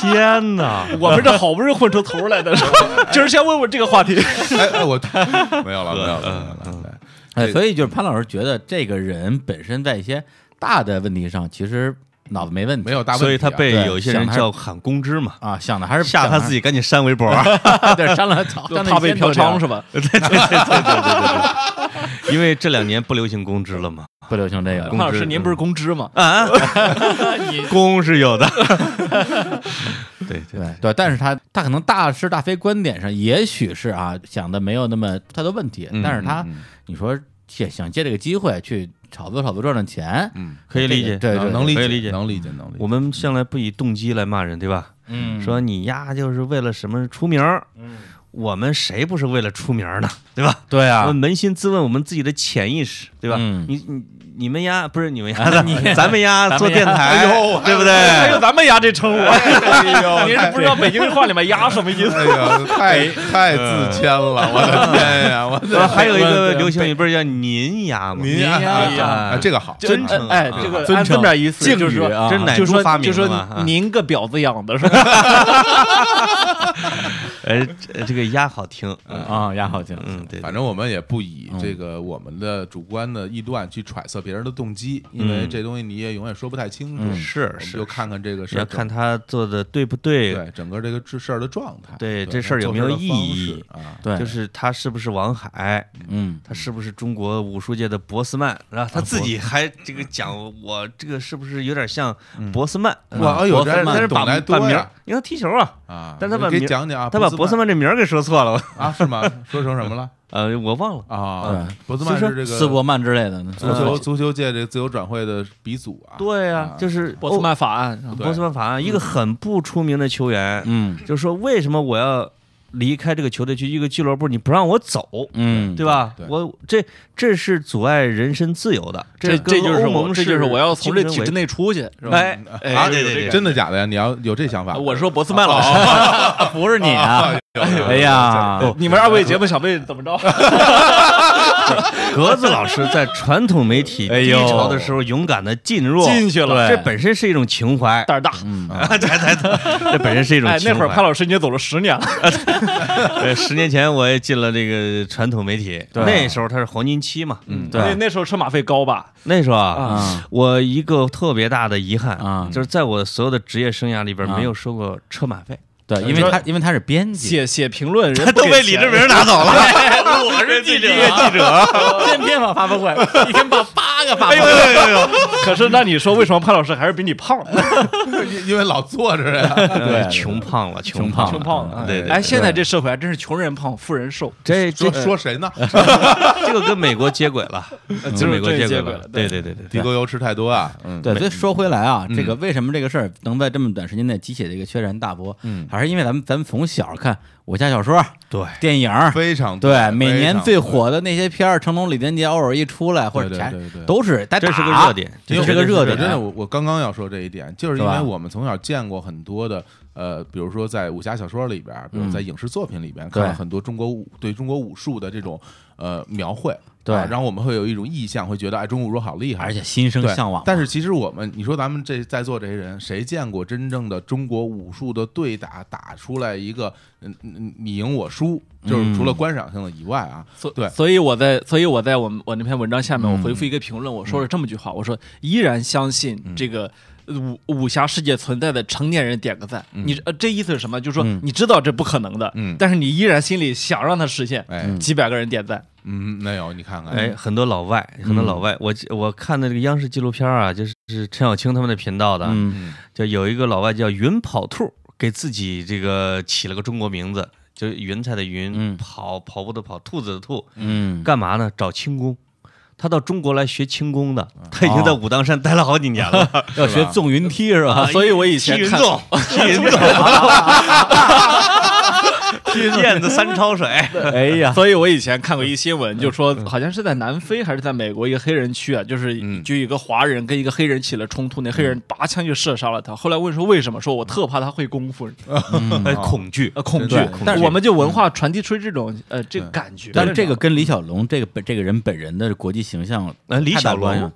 S3: 天哪！
S4: 我们这好不容易混出头来的，是吧今儿先问问这个话题。
S2: 哎哎，我 没有了，没有
S3: 嗯
S2: 了，没有了。
S6: 哎，所以就是潘老师觉得这个人本身在一些大的问题上，其实脑子没问题，
S2: 没有大问题啊，
S3: 所以他被
S6: 对
S3: 有一些人
S6: 想还是
S3: 叫喊公知嘛，
S6: 啊，想的还是
S3: 吓他自
S6: 己，
S3: 己赶紧删微 博。啊
S6: 对，删了，操删了
S4: 怕被
S6: 一千多
S4: 嫖
S6: 条
S4: 娼是吧？
S3: 因为这两年不流行公知了嘛。
S6: 不流行这个了。
S4: 潘老师，您不是公知吗？
S3: 嗯啊， 公是有的。对对，
S6: 对对，但是他他可能大是大非观点上，也许是啊想的没有那么太多问题，
S2: 嗯，
S6: 但是他
S2: 嗯
S6: 你说借想借这个机会去炒作炒作赚赚钱，
S2: 嗯，
S3: 可以理解。啊
S6: 对对
S2: 能能理
S3: 可
S2: 解，
S3: 以理解
S2: 能理解，能理解
S3: 我。们向来不以动机来骂人，对吧？
S6: 嗯
S3: 说你呀，就是为了什么出名？嗯，我们谁不是为了出名呢？对吧？
S6: 对
S3: 我
S6: 啊
S3: 们，扪心自问我们自己的潜意识，对吧？
S6: 嗯
S3: 你你你们呀，不是你们呀， 咱们呀做电台，
S2: 哎呦
S3: 对不对？
S4: 还有咱们丫这称呼，啊
S2: 哎
S3: 哦
S2: 呦，
S4: 您是不知道北京话里面“丫”什么意思？
S2: 哎呀，太
S3: 哎
S2: 太自谦了，我的天呀，我
S3: 呃，
S2: 的
S3: 还有一个
S4: 对
S3: 流行语不是叫“您嗯呀”吗？
S2: 您呀
S4: 您呀
S2: 啊，这个好，
S4: 就
S3: 真诚啊
S4: 哎，这个
S6: 尊
S4: 按
S6: 称
S4: 这么点意思，
S6: 敬
S4: 就是
S6: 语
S4: 说
S6: 啊，
S3: 真乃
S4: 就
S3: 猪
S4: 说
S3: 发明
S4: 就
S3: 的
S4: 说
S3: 嘛。啊
S4: 您个婊子养的是 吧？
S3: 哎，这这个“呀”好听，嗯
S6: 啊，牙好听，
S3: 嗯，对，
S2: 反正我们也不以
S6: 嗯
S2: 这个我们的主观的臆断去揣测别人的动机，因为
S3: 嗯
S2: 这东西你也永远说不太清楚。
S6: 嗯
S3: 是
S2: 我们
S3: 是
S2: 就，看看这个事
S3: 你
S2: 儿
S3: 要
S2: 整，
S3: 看他做的对不对，
S2: 对整个这个这事儿的状态，
S3: 对
S2: 对
S3: 这事儿有没有意义
S2: 做事的方式啊？
S6: 对，
S3: 就是他是不是王海，
S6: 嗯
S3: 他是不是中国武术界的博斯曼，然后他自己还这个讲我这个是不是有点像博斯曼？
S2: 嗯哇
S3: 啊
S2: 哎呦
S3: 博斯
S2: 这
S3: 曼但是把
S2: 懂得
S3: 把
S2: 多
S3: 名
S2: 呀
S3: 儿，因为他踢球啊，
S2: 啊，
S3: 但他把
S2: 给
S3: 名
S2: 讲讲啊，
S3: 他把博斯
S2: 斯
S3: 曼这名儿给说错了，
S2: 曼啊是吗？ 说成什么了
S3: 呃，我忘了。
S2: 啊？
S1: 嗯
S2: 博斯
S6: 就
S2: 曼
S6: 是
S2: 是这个
S6: 斯伯曼之类的呢，
S2: 足球足球界这个自由转会的鼻祖啊，
S3: 对呀
S2: 啊，
S3: 就是
S4: 波斯曼法案，
S3: 哦
S2: 对
S3: 博斯曼法案，一个很不出名的球员，
S6: 嗯
S3: 就是说为什么我要离开这个球队去一个俱乐部，你不让我走，
S6: 嗯，
S3: 对吧？
S2: 对
S3: 我这这是阻碍人身自由的，这
S4: 这啊这就是
S3: 我
S4: 我，这就是我要从这体制
S3: 内。
S4: 内出去，是
S2: 嗯
S4: 吧？
S3: 哎
S4: 哎
S3: 啊，
S4: 有
S3: 对
S4: 这
S3: 对 对，
S2: 真的假的呀？你要有这想法，
S4: 我说博斯曼老师，
S6: 不是你啊，
S1: 哎呀，
S4: 你们二位节目想被怎么着？
S3: 格子老师在传统媒体
S1: 哎
S3: 低
S1: 呦
S3: 潮的时候勇敢的 进入
S4: 进去了
S3: 这本身是一种情怀。
S4: 胆儿大。
S6: 嗯
S3: 对对对，这本身是一种
S4: 哎，
S3: 情怀。
S4: 那会儿潘老师已经走了十年了，
S3: 呃，十年前我也进了这个传统媒体，
S1: 对
S3: 那时候它是黄金期嘛。
S2: 嗯
S1: 对
S4: 那那时候车马费高吧？
S3: 那时候啊，
S1: 啊
S3: 我一个特别大的遗憾
S1: 啊
S3: 就是在我所有的职业生涯里边
S1: 啊
S3: 没有收过车马费，
S1: 对，因为他因为他是编辑，
S4: 写写评论人
S3: 他 都
S4: 不给
S3: 被李
S4: 钱
S3: 志明拿走了。我是 记者，记者。
S1: 天天跑发布 会，一天跑八个发
S4: 哎呦哎呦哎呦！可是那你说为什么潘老师还是比你胖呢？
S2: 因因为老坐着 呀，
S3: 对，穷胖了，穷胖哎
S4: 穷
S3: 了。
S4: 胖了。
S3: 啊对对
S4: 哎，现在这社会还真是穷人胖，富人瘦。
S3: 这这
S2: 说说谁呢？
S3: 这个跟美国接轨 了，跟美国
S4: 这个
S3: 轨
S4: 接轨了
S3: 对对对对
S2: 地
S3: 对，
S2: 沟油吃太多啊，嗯，
S1: 对，所以说回来啊，这个为什么这个事儿能在这么短时间内激起这个轩然大波？
S2: 嗯
S1: 还是因为咱们咱们从小看武侠小说、
S3: 对
S1: 电影，
S2: 非常多
S1: 对，每年最。
S2: 非常多
S1: 火的那些片儿，成龙、李连杰偶尔一出来，或者
S2: 对对
S1: 啥
S2: 对对
S1: 都是，
S3: 这是个热，点，
S1: 这
S2: 因为
S1: 是个热点，
S2: 对
S1: 啊
S2: 真的，我我刚刚要说这一点，就是因
S1: 是
S2: 为
S1: 吧
S2: 我们从小见过很多的，呃，比如说在武侠小说里边，比如在影视作品里边，看了
S1: 嗯对
S2: 很多中国武对中国武术的这种呃描绘，
S1: 对
S2: 啊然后我们会有一种意向，会觉得哎，中国武术好厉害，
S1: 而且心生
S2: 对
S1: 向往。
S2: 但是其实我们，你说咱们这在座这些人，谁见过真正的中国武术的对打打出来一个嗯嗯你赢我输，
S1: 嗯
S2: 就是除了观赏性的以外啊，
S4: 所
S2: 对嗯
S4: 所以我在，所以我在我们我那篇文章下面，我回复一个评论，我说了这么句话，我说依然相信
S2: 嗯
S4: 这个。呃武武侠世界存在的成年人点个赞，你呃这意思是什么？就是说你知道这不可能的，
S2: 嗯
S4: 但是你依然心里想让它实现，
S2: 哎，
S4: 几百个人点赞，
S2: 嗯，没有，你看看，
S3: 哎，，很多老外，很多老外，我我看的这个央视纪录片啊，就是是陈小青他们的频道的，
S1: 嗯
S3: 就有一个老外叫云跑兔，给自己这个起了个中国名字，就是云彩的云，
S1: 嗯
S3: 跑跑步的跑，兔子的兔，
S1: 嗯，
S3: 干嘛呢？找轻功。他到中国来学轻功的，他已经在武当山待了好几年了。
S1: 要学纵云梯是 吧？
S4: 啊所以我以
S3: 齐
S4: 前
S3: 云
S4: 看
S3: 纵，齐云 纵， 燕子三抄水。
S1: 哎呀，
S4: 所以我以前看过一新闻，就说好像是在南非还是在美国一个黑人区啊，就是
S2: 嗯
S4: 就有一个华人跟一个黑人起了冲突，那黑人拔枪就射杀了他。后来问说为什么，说我特怕他会功夫，
S3: 哎，恐惧
S4: 呃，恐惧
S1: 对。
S4: 但
S1: 恐
S4: 是
S1: 惧
S4: 我们就文化传递出这种呃这个感觉。
S1: 但是这个跟李小龙这个本这个人本人的国际形象
S3: 呃李
S1: 太大
S3: 小龙
S1: 关系了，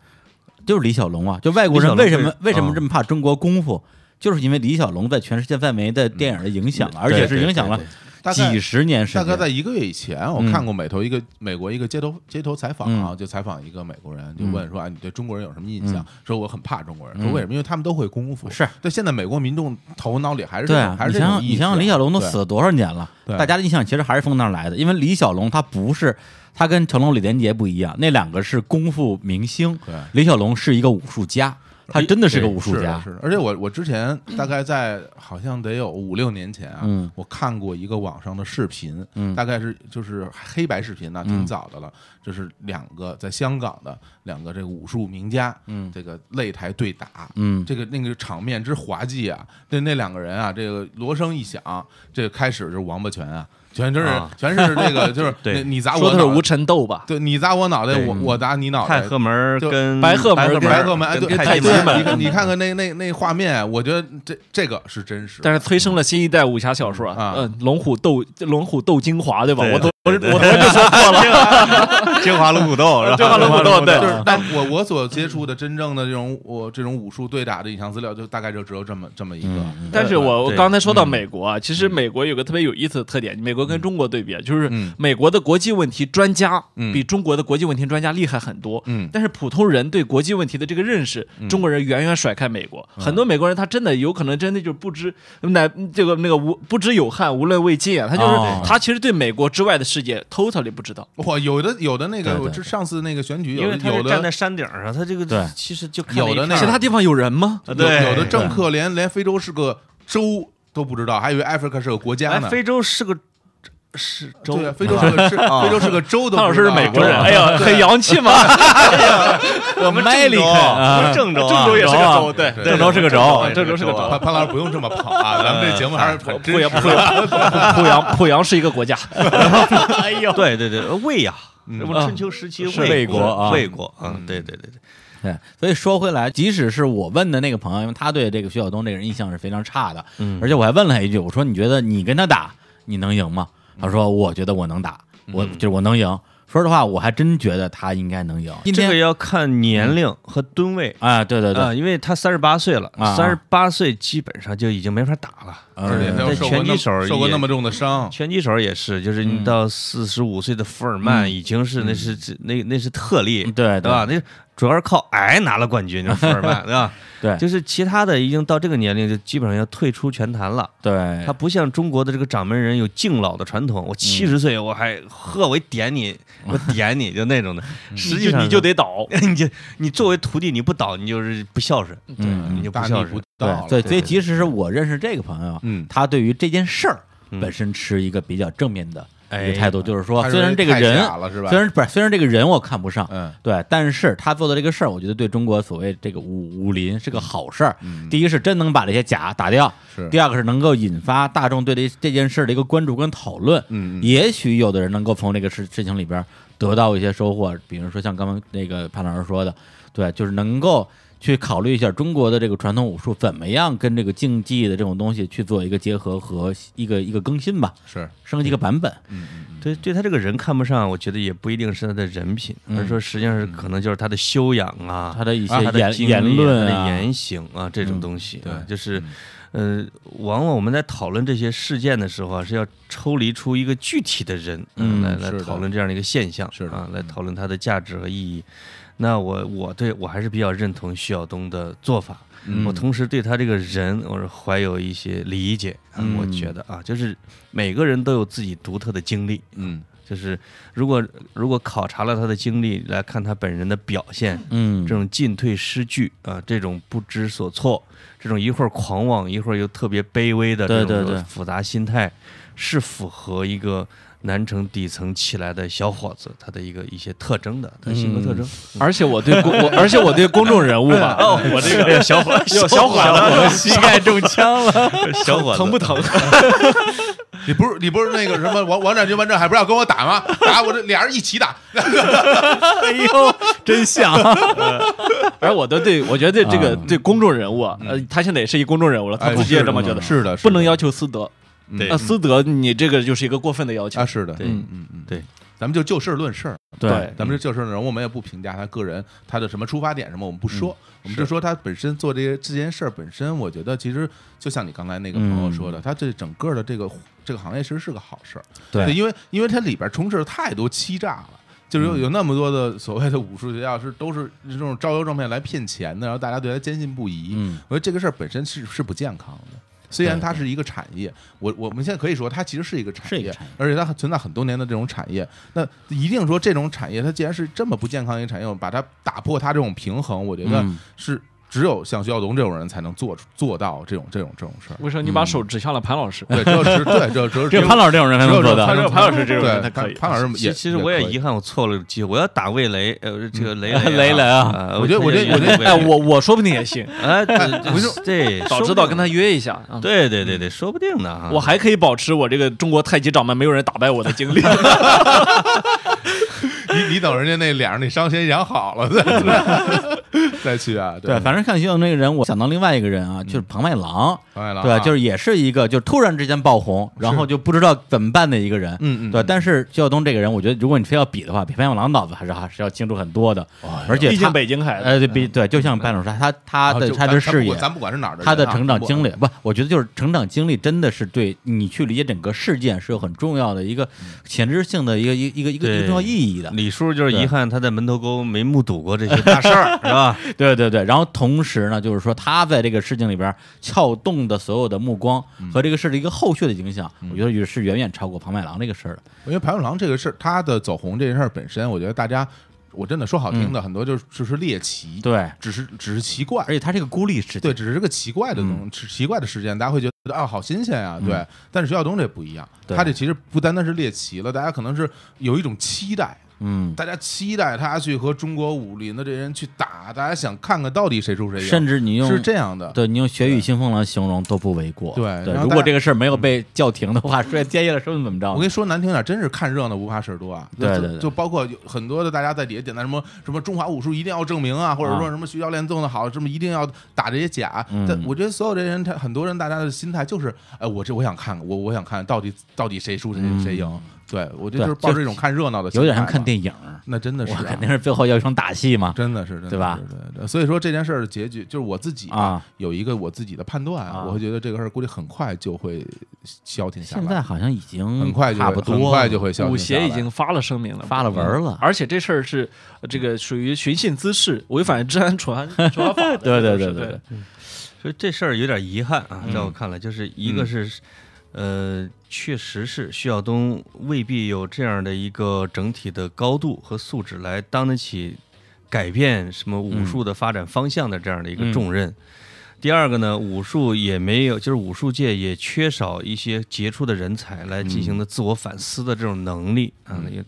S1: 就是李小龙啊，就外国
S3: 李小
S1: 人
S3: 龙
S1: 为什么
S3: 是
S1: 为什么
S3: 嗯
S1: 这么怕中国功夫？就是因为李小龙在全世界范围
S3: 嗯
S1: 的电影的影响了，而且是影响了
S2: 大概
S1: 几十年时
S2: 大
S1: 间。
S2: 概在一个月以前，我
S1: 嗯
S2: 看过美头一个美国一个街头街头采访啊，就采访一个美国人，就
S1: 嗯
S2: 问说：“啊，你对中国人有什么印象？”说我很怕中国人，说为什么？因为他们都会功夫。
S1: 是，
S2: 对现在美国民众头脑里还是这
S1: 对
S2: 种
S1: 啊，
S2: 还
S1: 你
S2: 是这
S1: 想
S2: 种
S1: 想，
S2: 意
S1: 你
S2: 识
S1: 想想李小龙都
S2: 对
S1: 死了多少年了？
S2: 对
S1: 大家的印象其实还是从那儿来的，因为李小龙他不是他跟成龙、李连杰不一样，那两个是功夫明星
S2: 对，
S1: 李小龙是一个武术家，他真的是个武术
S2: 是的
S1: 家，
S2: 是的。而且我我之前大概在好像得有五六年前啊，
S1: 嗯
S2: 我看过一个网上的视频，
S1: 嗯
S2: 大概是就是黑白视频呢、挺早的了，就是两个在香港的两个这个武术名家，
S1: 嗯
S2: 这个擂台对打，
S1: 嗯
S2: 这个那个场面之滑稽啊，对那两个人啊，这个锣声一响，这个开始就是王八拳啊。全就是、
S3: 啊
S2: 全是这个，就是
S3: 对
S2: 你你砸
S4: 说
S2: 我
S4: 的是
S2: 脑
S4: 无
S2: 袋，
S4: 尘斗吧？
S2: 对你砸我脑袋，
S3: 对
S2: 我我砸你脑袋
S3: 太，和门儿
S2: 就
S3: 跟
S4: 嗯白鹤门儿跟
S2: 白鹤门，哎
S3: 跟
S2: 对，
S3: 太
S2: 哎
S3: 极
S2: 对
S3: 门
S2: 你看你看看那那那画面，我觉得这这个是真实的。
S4: 但是催生了新一代武侠小说
S2: 啊
S4: 呃，龙虎斗龙虎斗精华，对吧？
S3: 对
S4: 我都我
S3: 对
S4: 我 昨天就说过了，
S3: 京华龙虎斗是吧？
S4: 京华龙虎斗对
S2: 就是但我我所接触的真正的这种我这种武术对打的影像资料，就大概就只有这么这么一个。
S4: 但是我我
S3: 对
S4: 刚才
S2: 嗯
S4: 说到美国啊，其实美国有个特别有意思的特点，美国跟中国对比啊，就是
S2: 嗯
S4: 美国的国际问题专家
S2: 嗯
S4: 比中国的国际问题专家厉害很多。
S2: 嗯
S4: 但是普通人对国际问题的这个认识，中国人远远甩开美
S2: 嗯
S4: 国。很多美国人他真的有可能真的就是不知乃这个那个无不知有汉，无论魏晋啊，他就是、
S1: 哦
S4: 他其实对美国之外的世界 totally 不知道。
S2: 我有的有的
S1: 对
S2: 那个，
S1: 对
S2: 我这上次那个选举
S3: 因
S2: 有
S3: 为
S2: 的
S3: 他是
S2: 有
S3: 站在
S2: 的
S3: 山顶上，他这个
S1: 对
S3: 其实就看
S2: 有
S3: 了
S2: 的
S3: 一
S2: 那
S3: 片
S4: 其他地方有人吗？
S3: 啊
S2: 有
S3: 对
S2: 有的政客连连非洲是个州都不知道，还以为 Africa 是个国家
S3: 哎，
S2: 呢。
S3: 非洲是个是州
S2: 对，，啊非洲是 个是非洲是个州都
S4: 他老
S2: 不
S4: 师
S2: 知
S4: 是
S2: 道。啊
S4: 美国人，哎呀，很洋气嘛。
S3: 我们郑州，我们郑州啊，
S4: 郑州也是个州，
S2: 对对
S4: 对，
S1: 郑州是个州，
S4: 郑州是个州。
S2: 啊潘潘老师不用这么捧 啊，咱们这节目还是很真
S4: 濮阳，
S2: 实
S4: 濮阳，濮阳，濮阳是一个国家。 哎呦，
S3: 啊对对对，呃魏呀，这不
S4: 啊
S3: 春秋时期
S1: 是魏
S3: 魏
S1: 国啊
S3: 魏国啊，
S4: 嗯
S3: 对对对对，
S1: 对，哎所以说回来，即使是我问的那个朋友，因为他对这个徐晓东这个人印象是非常差的，
S3: 嗯
S1: 而且我还问了他一句，我说你觉得你跟他打，你能赢吗？他说我觉得我能打，我就是我能赢。说实话，我还真觉得他应该能赢。今
S3: 这个
S1: 天
S3: 要看年龄和吨位。
S1: 啊，对对
S3: 啊，
S1: 对，
S3: 因为他三十八岁了
S1: 啊，
S3: 三十八岁基本上就已经没法打了。
S2: 而啊且他又
S3: 那
S2: 受过
S3: 拳击
S2: 那
S3: 手儿
S2: 受过
S3: 也
S2: 那么重嗯的伤，
S3: 拳击手也是，就是你到四十五岁的福尔
S2: 嗯
S3: 曼已经是那是那那是特例，
S1: 嗯对
S3: 对吧？那主要是靠癌拿了冠军，就是福 尔曼，对吧？
S1: 对
S3: 就是其他的已经到这个年龄就基本上要退出拳坛了。
S1: 对
S3: 他不像中国的这个掌门人有敬老的传统，我七十岁我还呵，我点你，我点你就那种的。实际
S4: 你就
S3: 上
S4: 你就得倒，
S3: 你就你作为徒弟你不倒，你就是不孝顺，
S1: 嗯
S3: 你就不
S2: 大
S3: 孝
S2: 逆
S3: 顺
S2: 不。道
S1: 对
S2: 了。
S1: 对，所以即使是我认识这个朋友，
S2: 嗯
S1: 他对于这件事儿
S3: 嗯
S1: 本身持一个比较正面的一
S3: 哎
S1: 个态度，就是说
S2: 他，
S1: 虽然
S2: 认
S1: 这
S2: 为
S1: 个
S2: 太
S1: 人
S2: 假了是吧
S1: 虽然不是，虽然这个人我看不上，
S2: 嗯
S1: 对，但是他做的这个事儿，我觉得对中国所谓这个武武林是个好事儿。
S2: 嗯
S1: 第一是真能把这些假打掉，
S2: 是
S1: 第二个是能够引发大众对这这件事儿的一个关注跟讨论。
S2: 嗯嗯
S1: 也许有的人能够从这个事事情里边得到一些收获，比如说像刚刚那个潘老师说的，对，就是能够去考虑一下中国的这个传统武术怎么样跟这个竞技的这种东西去做一个结合和一个一个更新吧，
S2: 是嗯
S1: 升级一个版本。
S3: 对，对他这个人看不上，我觉得也不一定是他的人品，
S1: 嗯
S3: 而是说实际上是可能就是他的修养啊，
S1: 他的一些
S3: 啊他的
S1: 言
S3: 经历啊
S1: 言论
S3: 他
S1: 啊嗯
S3: 的言行啊这种东西，
S2: 对
S3: 啊就是。呃，往往我们在讨论这些事件的时候啊，是要抽离出一个具体的人，啊
S1: 嗯
S3: 来
S2: 是
S3: 来
S2: 的
S3: 讨论这样的一个现象，
S2: 是的
S3: 啊，来讨论它的价值和意义。那我我对我还是比较认同徐晓东的做法，
S1: 嗯
S3: 我同时对他这个人，我是怀有一些理解。啊
S1: 嗯
S3: 我觉得啊，就是每个人都有自己独特的经历，
S2: 嗯
S3: 就是如果如果考察了他的经历，来看他本人的表现，
S1: 嗯
S3: 这种进退失据啊，这种不知所措，这种一会儿狂妄，一会儿又特别卑微的
S1: 对
S3: 这
S1: 对
S3: 种
S1: 对
S3: 复杂心态，是符合一个南城底层起来的小伙子他的一个一些特征的，他的性格特
S1: 嗯
S3: 征。
S4: 而且我对公，我而且我对公众人物吧，我这个小伙小伙子膝盖中枪了，
S3: 小伙子
S4: 疼不疼？
S2: 你不是你不是那个什么王王战军、王战海不是要跟我打吗？打我这俩人一起打，
S1: 哎呦，真像，
S4: 而我的对，我觉得这个对公众人物啊，呃，他现在也是一公众人物了，他
S2: 哎
S4: 自己也这么觉得，
S2: 是的，是的
S4: 不能要求私德。
S2: 对
S4: 那私德你这个就是一个过分的要求
S2: 啊，。是的，
S3: 对
S2: 嗯嗯嗯，
S3: 对，
S2: 咱们就就事论事儿，
S1: 对，
S2: 咱们就就事论事儿，我们也不评价他个人他的什么出发点什么，我们不说，我们就说他本身做这些这件事儿本身，我觉得其实就像你刚才那个朋友说的，他这整个的这个这个行业其实是个好事儿，
S1: 对
S2: 因为因为它里边充斥了太多欺诈了。就是有有那么多的所谓的武术学校是都是这种招摇撞骗来骗钱的，然后大家对他坚信不疑。
S1: 嗯
S2: 我觉得这个事儿本身是是不健康的。虽然它是一个产业，我我们现在可以说它其实是一个产
S1: 是一
S2: 业，
S1: 个产业
S2: 而且它存在很多年的这种产业。那一定说这种产业，它既然是这么不健康的一个产业，我们把它打破它这种平衡，我觉得
S1: 嗯
S2: 是只有像徐晓东这种人才能做出做到这种这种这种 事儿。
S4: 为什么你把手指向了潘老师？
S2: 对，只有只对，只有只有
S1: 只有潘老师这种人才
S2: 只
S1: 能
S2: 有
S1: 做到
S2: 潘
S4: 只有潘老师这种
S2: 对
S4: 人才可以
S2: 潘潘老师
S3: 其
S2: 也
S3: 其实我也
S2: 可以
S3: 遗憾，我错了个机会，我要打魏雷，呃，这个雷
S1: 雷
S3: 雷
S1: 雷啊
S3: 啊，
S2: 我觉得我觉得我觉得
S4: 哎，我我说不定也信，
S3: 哎，对对，
S4: 早知道跟他约一下啊。
S3: 对对对对，说不定呢啊，
S4: 我还可以保持我这个中国太极掌门没有人打败我的经历。
S2: 你你等人家那脸上那伤先养好了再 再去啊。
S1: 对，反正看徐勇那个人，我想到另外一个人啊，
S2: 嗯
S1: 就是庞麦郎，
S2: 张爱郎
S1: 对，就是是也是一个就突然之间爆红，然后就不知道怎么办的一个人。
S2: 嗯嗯
S1: 对，
S2: 嗯
S1: 但是徐晓东这个人，我觉得如果你非要比的话，比潘永郎脑子还是还是要清楚很多的，
S2: 哦
S1: 而且
S4: 毕
S1: 他
S4: 竟北京孩子，
S1: 呃，对比对，就像潘老师，他他的他的视野，
S2: 嗯咱不管是哪儿的人
S1: 他
S2: 啊，
S1: 的成长经
S2: 历
S1: 历，不，我觉得就是成长经历真的是对你去理解整个事件是有很重要的一个
S2: 嗯
S1: 前置性的一个一个一个一个一个
S3: 对
S1: 重要意义的。
S3: 李叔就是
S1: 对
S3: 遗憾他在门头沟没目睹过这些大事儿，是吧？
S1: 对对对，然后同时呢，就是说他在这个事情里边撬动的所有的目光
S2: 嗯
S1: 和这个事的一个后续的影响，我觉得也是远远超过庞麦郎这个事儿的。
S2: 因为庞永郎这个事儿，他的走红这件事儿本身，我觉得大家，我真的说好听的，很多就是就是猎奇，，
S1: 嗯对，
S2: 只是只是奇怪
S1: 而。且他是个孤立事件。
S2: 对，只是个奇怪的
S1: 嗯
S2: 东，是奇怪的事件，大家会觉得啊，好新鲜啊，对。但是徐晓东这不一样，
S1: 对
S2: 他这其实不单单是猎奇了，大家可能是有一种期待，
S6: 嗯，
S2: 大家期待他去和中国武林的这些人去打，大家想看看到底谁输谁赢，
S6: 甚至你用
S2: 哎是这样的。
S6: 对你用血雨腥风来形容都不为过。
S2: 对
S6: 对
S2: 然，后
S6: 如
S2: 大
S6: 果
S2: 家
S6: 这个事儿没有被叫停的话，说接下来说怎么着呢？
S2: 我跟你说难听点，真是看热闹不怕事儿多啊！
S6: 对
S2: 就
S6: 对对
S2: 就包括有很多的大家在底下点赞什么什么中华武术一定要证明啊，或者说什么徐教练做的好，什么一定要打这些假。
S6: 嗯
S2: 但我觉得所有这些人，他很多人大家的心态就是，哎，我这我想看看，我我想看到底到底谁输谁谁赢。对我觉
S6: 嗯对
S2: 得就是抱着
S6: 就
S2: 一种看热闹的心
S6: 有
S2: 态吧，
S6: 点像看电影儿，
S2: 那真的是
S6: 我
S2: 啊
S6: 肯定是最后要一场打戏嘛。
S2: 真的是，真的
S6: 对吧
S2: 是？对对，所以说这件事儿的结局，就是我自己
S6: 啊，
S2: 有一个我自己的判断，
S6: 啊
S2: 我会觉得这个事儿估计很快就会消停下来，
S6: 现在好像已
S3: 嗯
S6: 经
S2: 很快就
S6: 差
S2: 会
S6: 不多了，
S2: 很快就会消停下来。
S4: 武协已经发了声明了，
S6: 发了文儿了。
S4: 而且这事儿是呃这个属于寻衅滋事，违反治安处 罚处罚法的。
S6: 对对对
S4: 这都是
S6: 对，
S3: 所以这事儿有点遗憾啊，在我看来，就是一个是，呃，确实是徐晓东未必有这样的一个整体的高度和素质来当得起改变什么武术的发展方向的这样的一个重任。第二个呢，武术也没有，就是武术界也缺少一些杰出的人才来进行的自我反思的这种能力啊，也
S2: 嗯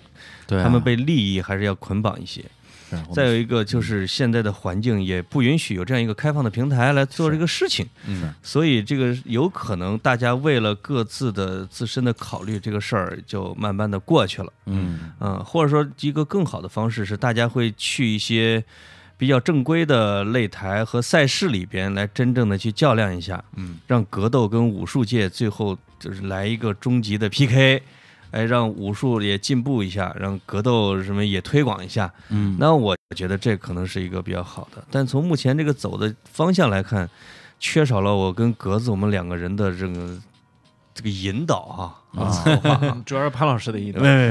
S6: 对啊
S3: 他们被利益还是要捆绑一些。
S6: 是啊嗯我们
S3: 再有一个就是现在的环境也不允许有这样一个开放的平台来做这个事情，
S2: 嗯，
S3: 所以这个有可能大家为了各自的自身的考虑，这个事儿就慢慢的过去了，
S6: 嗯
S3: 嗯，或者说一个更好的方式是大家会去一些比较正规的擂台和赛事里边来真正的去较量一下，
S2: 嗯，
S3: 让格斗跟武术界最后就是来一个终极的 PK。哎，让武术也进步一下，让格斗什么也推广一下，
S6: 嗯，
S3: 那我觉得这可能是一个比较好的，但从目前这个走的方向来看，缺少了我跟格子我们两个人的这个这个引导啊，啊，策划啊
S4: 主要是潘老师的一段。
S3: 哎，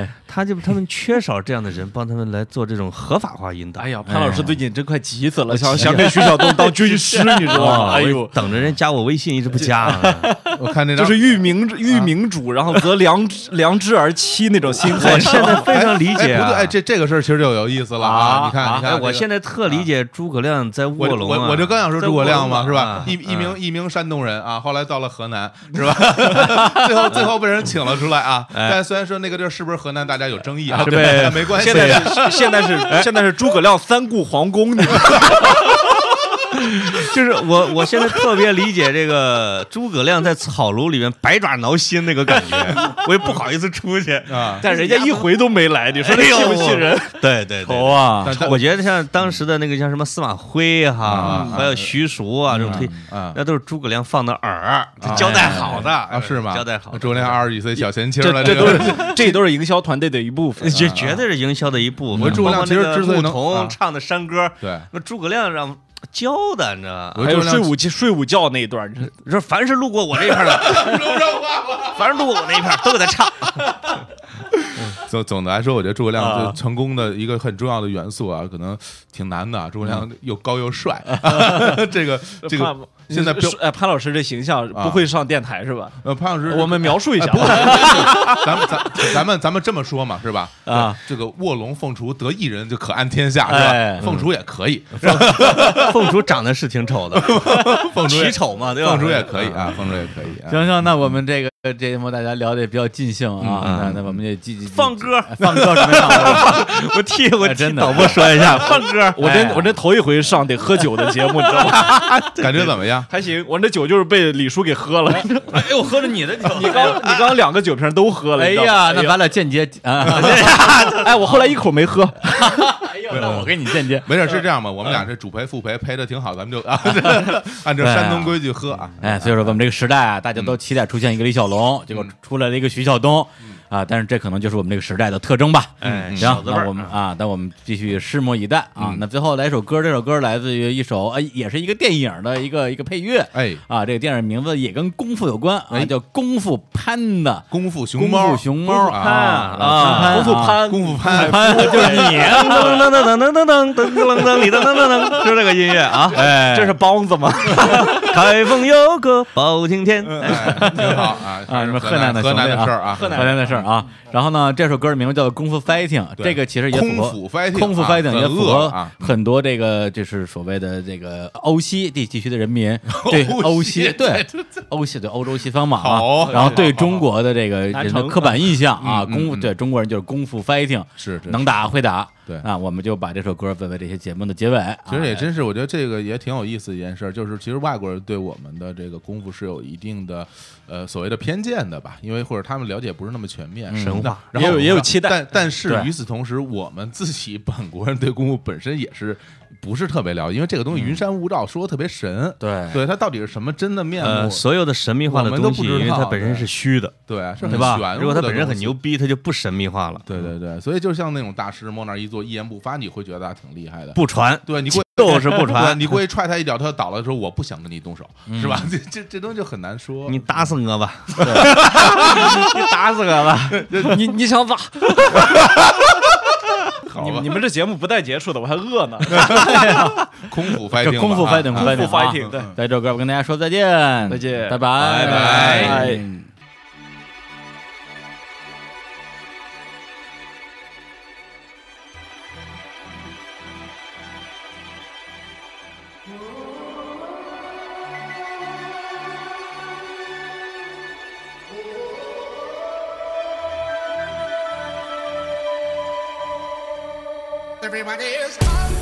S6: 哎，
S3: 他就他们缺少这样的人帮他们来做这种合法化 引导。
S4: 哎呀，潘老师最近真快急死了，想想给徐晓东当军师，你知道吗？
S3: 哇，哦
S4: 哎
S3: 我
S4: 呦，
S3: 等着人加我微信一直不加 啊，
S2: 我看那
S4: 就
S2: 张
S4: 是欲明欲明主，然后择良知良知而妻那种心态
S3: 我。现在非常理解
S2: 哎，不
S3: 啊。
S2: 对，哎，这这个事儿其实就有意思了
S3: 啊
S2: 你看，你
S3: 哎
S2: 看，
S3: 我
S2: 这个
S3: 现在特理解诸葛亮在卧
S2: 我
S3: 龙啊
S2: 我我就刚想说诸葛亮嘛，
S3: 在卧龙
S2: 是吧
S3: 啊？
S2: 一一
S3: 啊
S2: 名一名山东人啊，后来到了河南，是吧？ 最后最后被人请了出来啊。
S3: 哎
S2: 但虽然说那个地儿是不是河南，大家有争议啊，
S4: 是
S2: 对吧
S4: 呗
S2: 但没关系
S4: 现。在是现在是现在是诸葛亮三顾皇宫，你知道吗
S3: 就是我，我现在特别理解这个诸葛亮在草庐里面百爪挠心那个感觉，我也不好意思出去。
S2: 啊，
S4: 但人家一回都没来，你说这
S3: 哎呦
S4: 信不信人？
S3: 对对
S6: 头
S3: 对，
S6: 啊，
S2: 但但
S3: 我觉得像当时的那个像什么司马徽哈
S2: 嗯，
S3: 还有徐庶啊这种推，
S2: 啊
S3: 那都是诸葛亮放的饵， 啊就交代好的
S2: 哎啊是吗？
S3: 交代好的，
S2: 诸葛亮二十几岁小前妻
S4: 这
S2: 了，
S4: 这
S2: 个
S4: 都是这都是营销团队的一部分。
S3: 这绝对是营销的一部分。
S2: 我诸葛亮
S3: 包
S2: 其
S3: 括那个
S2: 实之所以能
S3: 牧
S2: 啊
S3: 童唱的山歌，
S2: 对。
S3: 那诸葛亮让教的，你知道吧？
S2: 我
S4: 还有
S2: 诸葛亮
S4: 睡午觉睡午觉那一段，你说
S3: 你说凡是路过我这一片儿的， 凡是路过我那一片儿都给他唱。
S2: 总总的来说，我觉得诸葛亮
S3: 啊
S2: 就成功的一个很重要的元素啊，可能挺难的啊。诸葛亮又高又 帅，这个这
S4: 潘
S2: 个现在标
S4: 是哎，潘老师这形象
S2: 啊
S4: 不会上电台是吧？
S2: 呃潘老师，
S4: 我们描述一下
S2: 哎不过咱们咱咱们咱们这么说嘛，是吧？
S4: 啊，
S2: 这个卧龙凤雏得一人就可安天下，是
S6: 哎
S2: 吧？凤雏也可以，
S3: 嗯凤雏长得是挺丑的，啊
S2: 凤雏也
S3: 奇丑嘛，对吧？
S2: 凤雏也可以啊，凤雏也可 以啊。
S6: 行行，那我们这个这节目大家聊的也比较尽兴啊，那那我们也积极
S3: 放歌，
S6: 哎放歌什么样？
S3: 我替我
S6: 哎
S3: 替
S6: 真的
S3: 导播说 一下，放歌。
S4: 我
S6: 哎
S4: 这我这头一回上得喝酒的节目，你知道吗？
S2: 感觉怎么样？
S4: 还行，我这酒就是被李叔给喝了。
S3: 哎呦，我喝了你的酒，
S4: 你刚你刚两个酒瓶都喝了，
S6: 哎
S4: 你知道吗
S6: 呀，那咱俩间接 啊，
S4: 哎，我后来一口没喝。
S6: 那我跟你间接。
S2: 没事，是这样吧？我们
S3: 嗯
S2: 俩是主陪副陪，陪的挺好，咱们就 啊，按照山东规矩喝啊。
S6: 哎，所以说我们这个时代啊，大家
S3: 嗯
S6: 都期待出现一个李小龙，结果出来了一个徐晓东，啊，但是这可能就是我们这个时代的特征吧。
S2: 嗯
S3: 哎
S6: 行
S3: 嗯小，子味
S6: 那
S3: 儿嗯
S6: 我们啊，那我们继续拭目以待啊。那最后来一首歌，这首歌来自于一首哎，也是一个电影的一个一个配乐，
S2: 哎
S6: 啊，这个电影名字也跟功夫有关
S3: 哎
S6: 啊，叫《功夫潘》的。
S2: 功夫熊
S6: 功
S2: 猫，
S6: 夫熊猫
S2: 啊
S6: 啊
S3: 啊
S6: 老潘潘啊，
S2: 功夫潘，
S3: 哎
S6: 潘 就是你，
S3: 噔噔噔噔噔噔噔噔噔噔，你噔噔噔噔，就这个音乐啊！
S6: 哎，
S4: 这是梆子吗？
S3: 开封有个包青天，
S2: 哎挺好啊
S6: 啊，你们
S2: 河
S6: 河南的
S2: 河南的
S6: 兄弟啊
S2: 事儿啊，
S6: 河南的事
S1: 儿啊。然后呢，这首歌的名字叫做《功夫 fighting》，
S2: 对
S1: 这个其实也符
S2: 空
S1: 合
S2: 腹 fighting，
S1: 空腹
S2: 啊
S1: fighting 也
S2: 很
S1: 符
S2: 饿
S1: 合
S2: 啊，
S1: 很多这个就是所谓的这个欧西地地区的人民对欧
S2: 欧
S1: 西
S2: 西
S1: 对欧西对欧洲西方嘛啊
S2: 好，
S1: 然后对中国的这个人的
S4: 成
S1: 刻板印象啊，
S2: 嗯嗯
S1: 功夫
S2: 嗯
S1: 对中国人就是功夫 fighting，
S2: 是是
S1: 能打会打，
S2: 对
S1: 啊，我们就把这首歌作为这些节目的结尾，
S2: 其实也
S1: 啊
S2: 真是，我觉得这个也挺有意思的一件事儿，就是其实外国人对我们的这个功夫是有一定的呃所谓的偏见的吧，因为或者他们了解不是那么全面，
S1: 神
S2: 那
S1: 话
S2: 然后
S4: 也有也有期待
S2: 但但是
S1: 对
S2: 与此同时，我们自己本国人对功夫本身也是不是特别了解，因为这个东西云山雾罩说的特别神，
S1: 对
S2: 对它到底是什么真的面
S3: 呃，
S2: 目，
S3: 所有的神秘化的
S2: 我们都
S3: 东
S2: 不
S3: 西，
S2: 知道
S3: 因为它本身
S2: 对
S3: 是虚的，
S2: 对是很
S3: 嗯对
S2: 玄
S3: 吧？
S2: 乎
S3: 如果它
S2: 的
S3: 本身
S2: 东
S3: 很
S2: 西
S3: 牛。逼，它就不神秘化了。
S2: 对对对，所以就像那种大师往那儿一坐，一言不发，你会觉得他挺厉害的。
S3: 不传，
S2: 对你过去
S3: 就是不
S2: 对
S3: 传，
S2: 你过去踹他一脚，他倒了，说我不想跟你动手，是吧？ 这这这东西就很难说。
S3: 你打死我吧，你打死我吧。
S4: 你你想咋？
S2: 好
S4: 你
S2: 吧
S4: 们你，们这节目不带接触的，我还饿呢。
S2: 空腹 fighting，吧
S1: 空腹 fighting，
S2: 啊
S1: 空
S4: 不
S1: 腹
S4: fighting，对，
S1: 在这首歌，我跟大家说再见，
S4: 再见
S1: 拜拜，
S2: 拜
S4: 拜
S1: 嗯
S7: Everybody is kung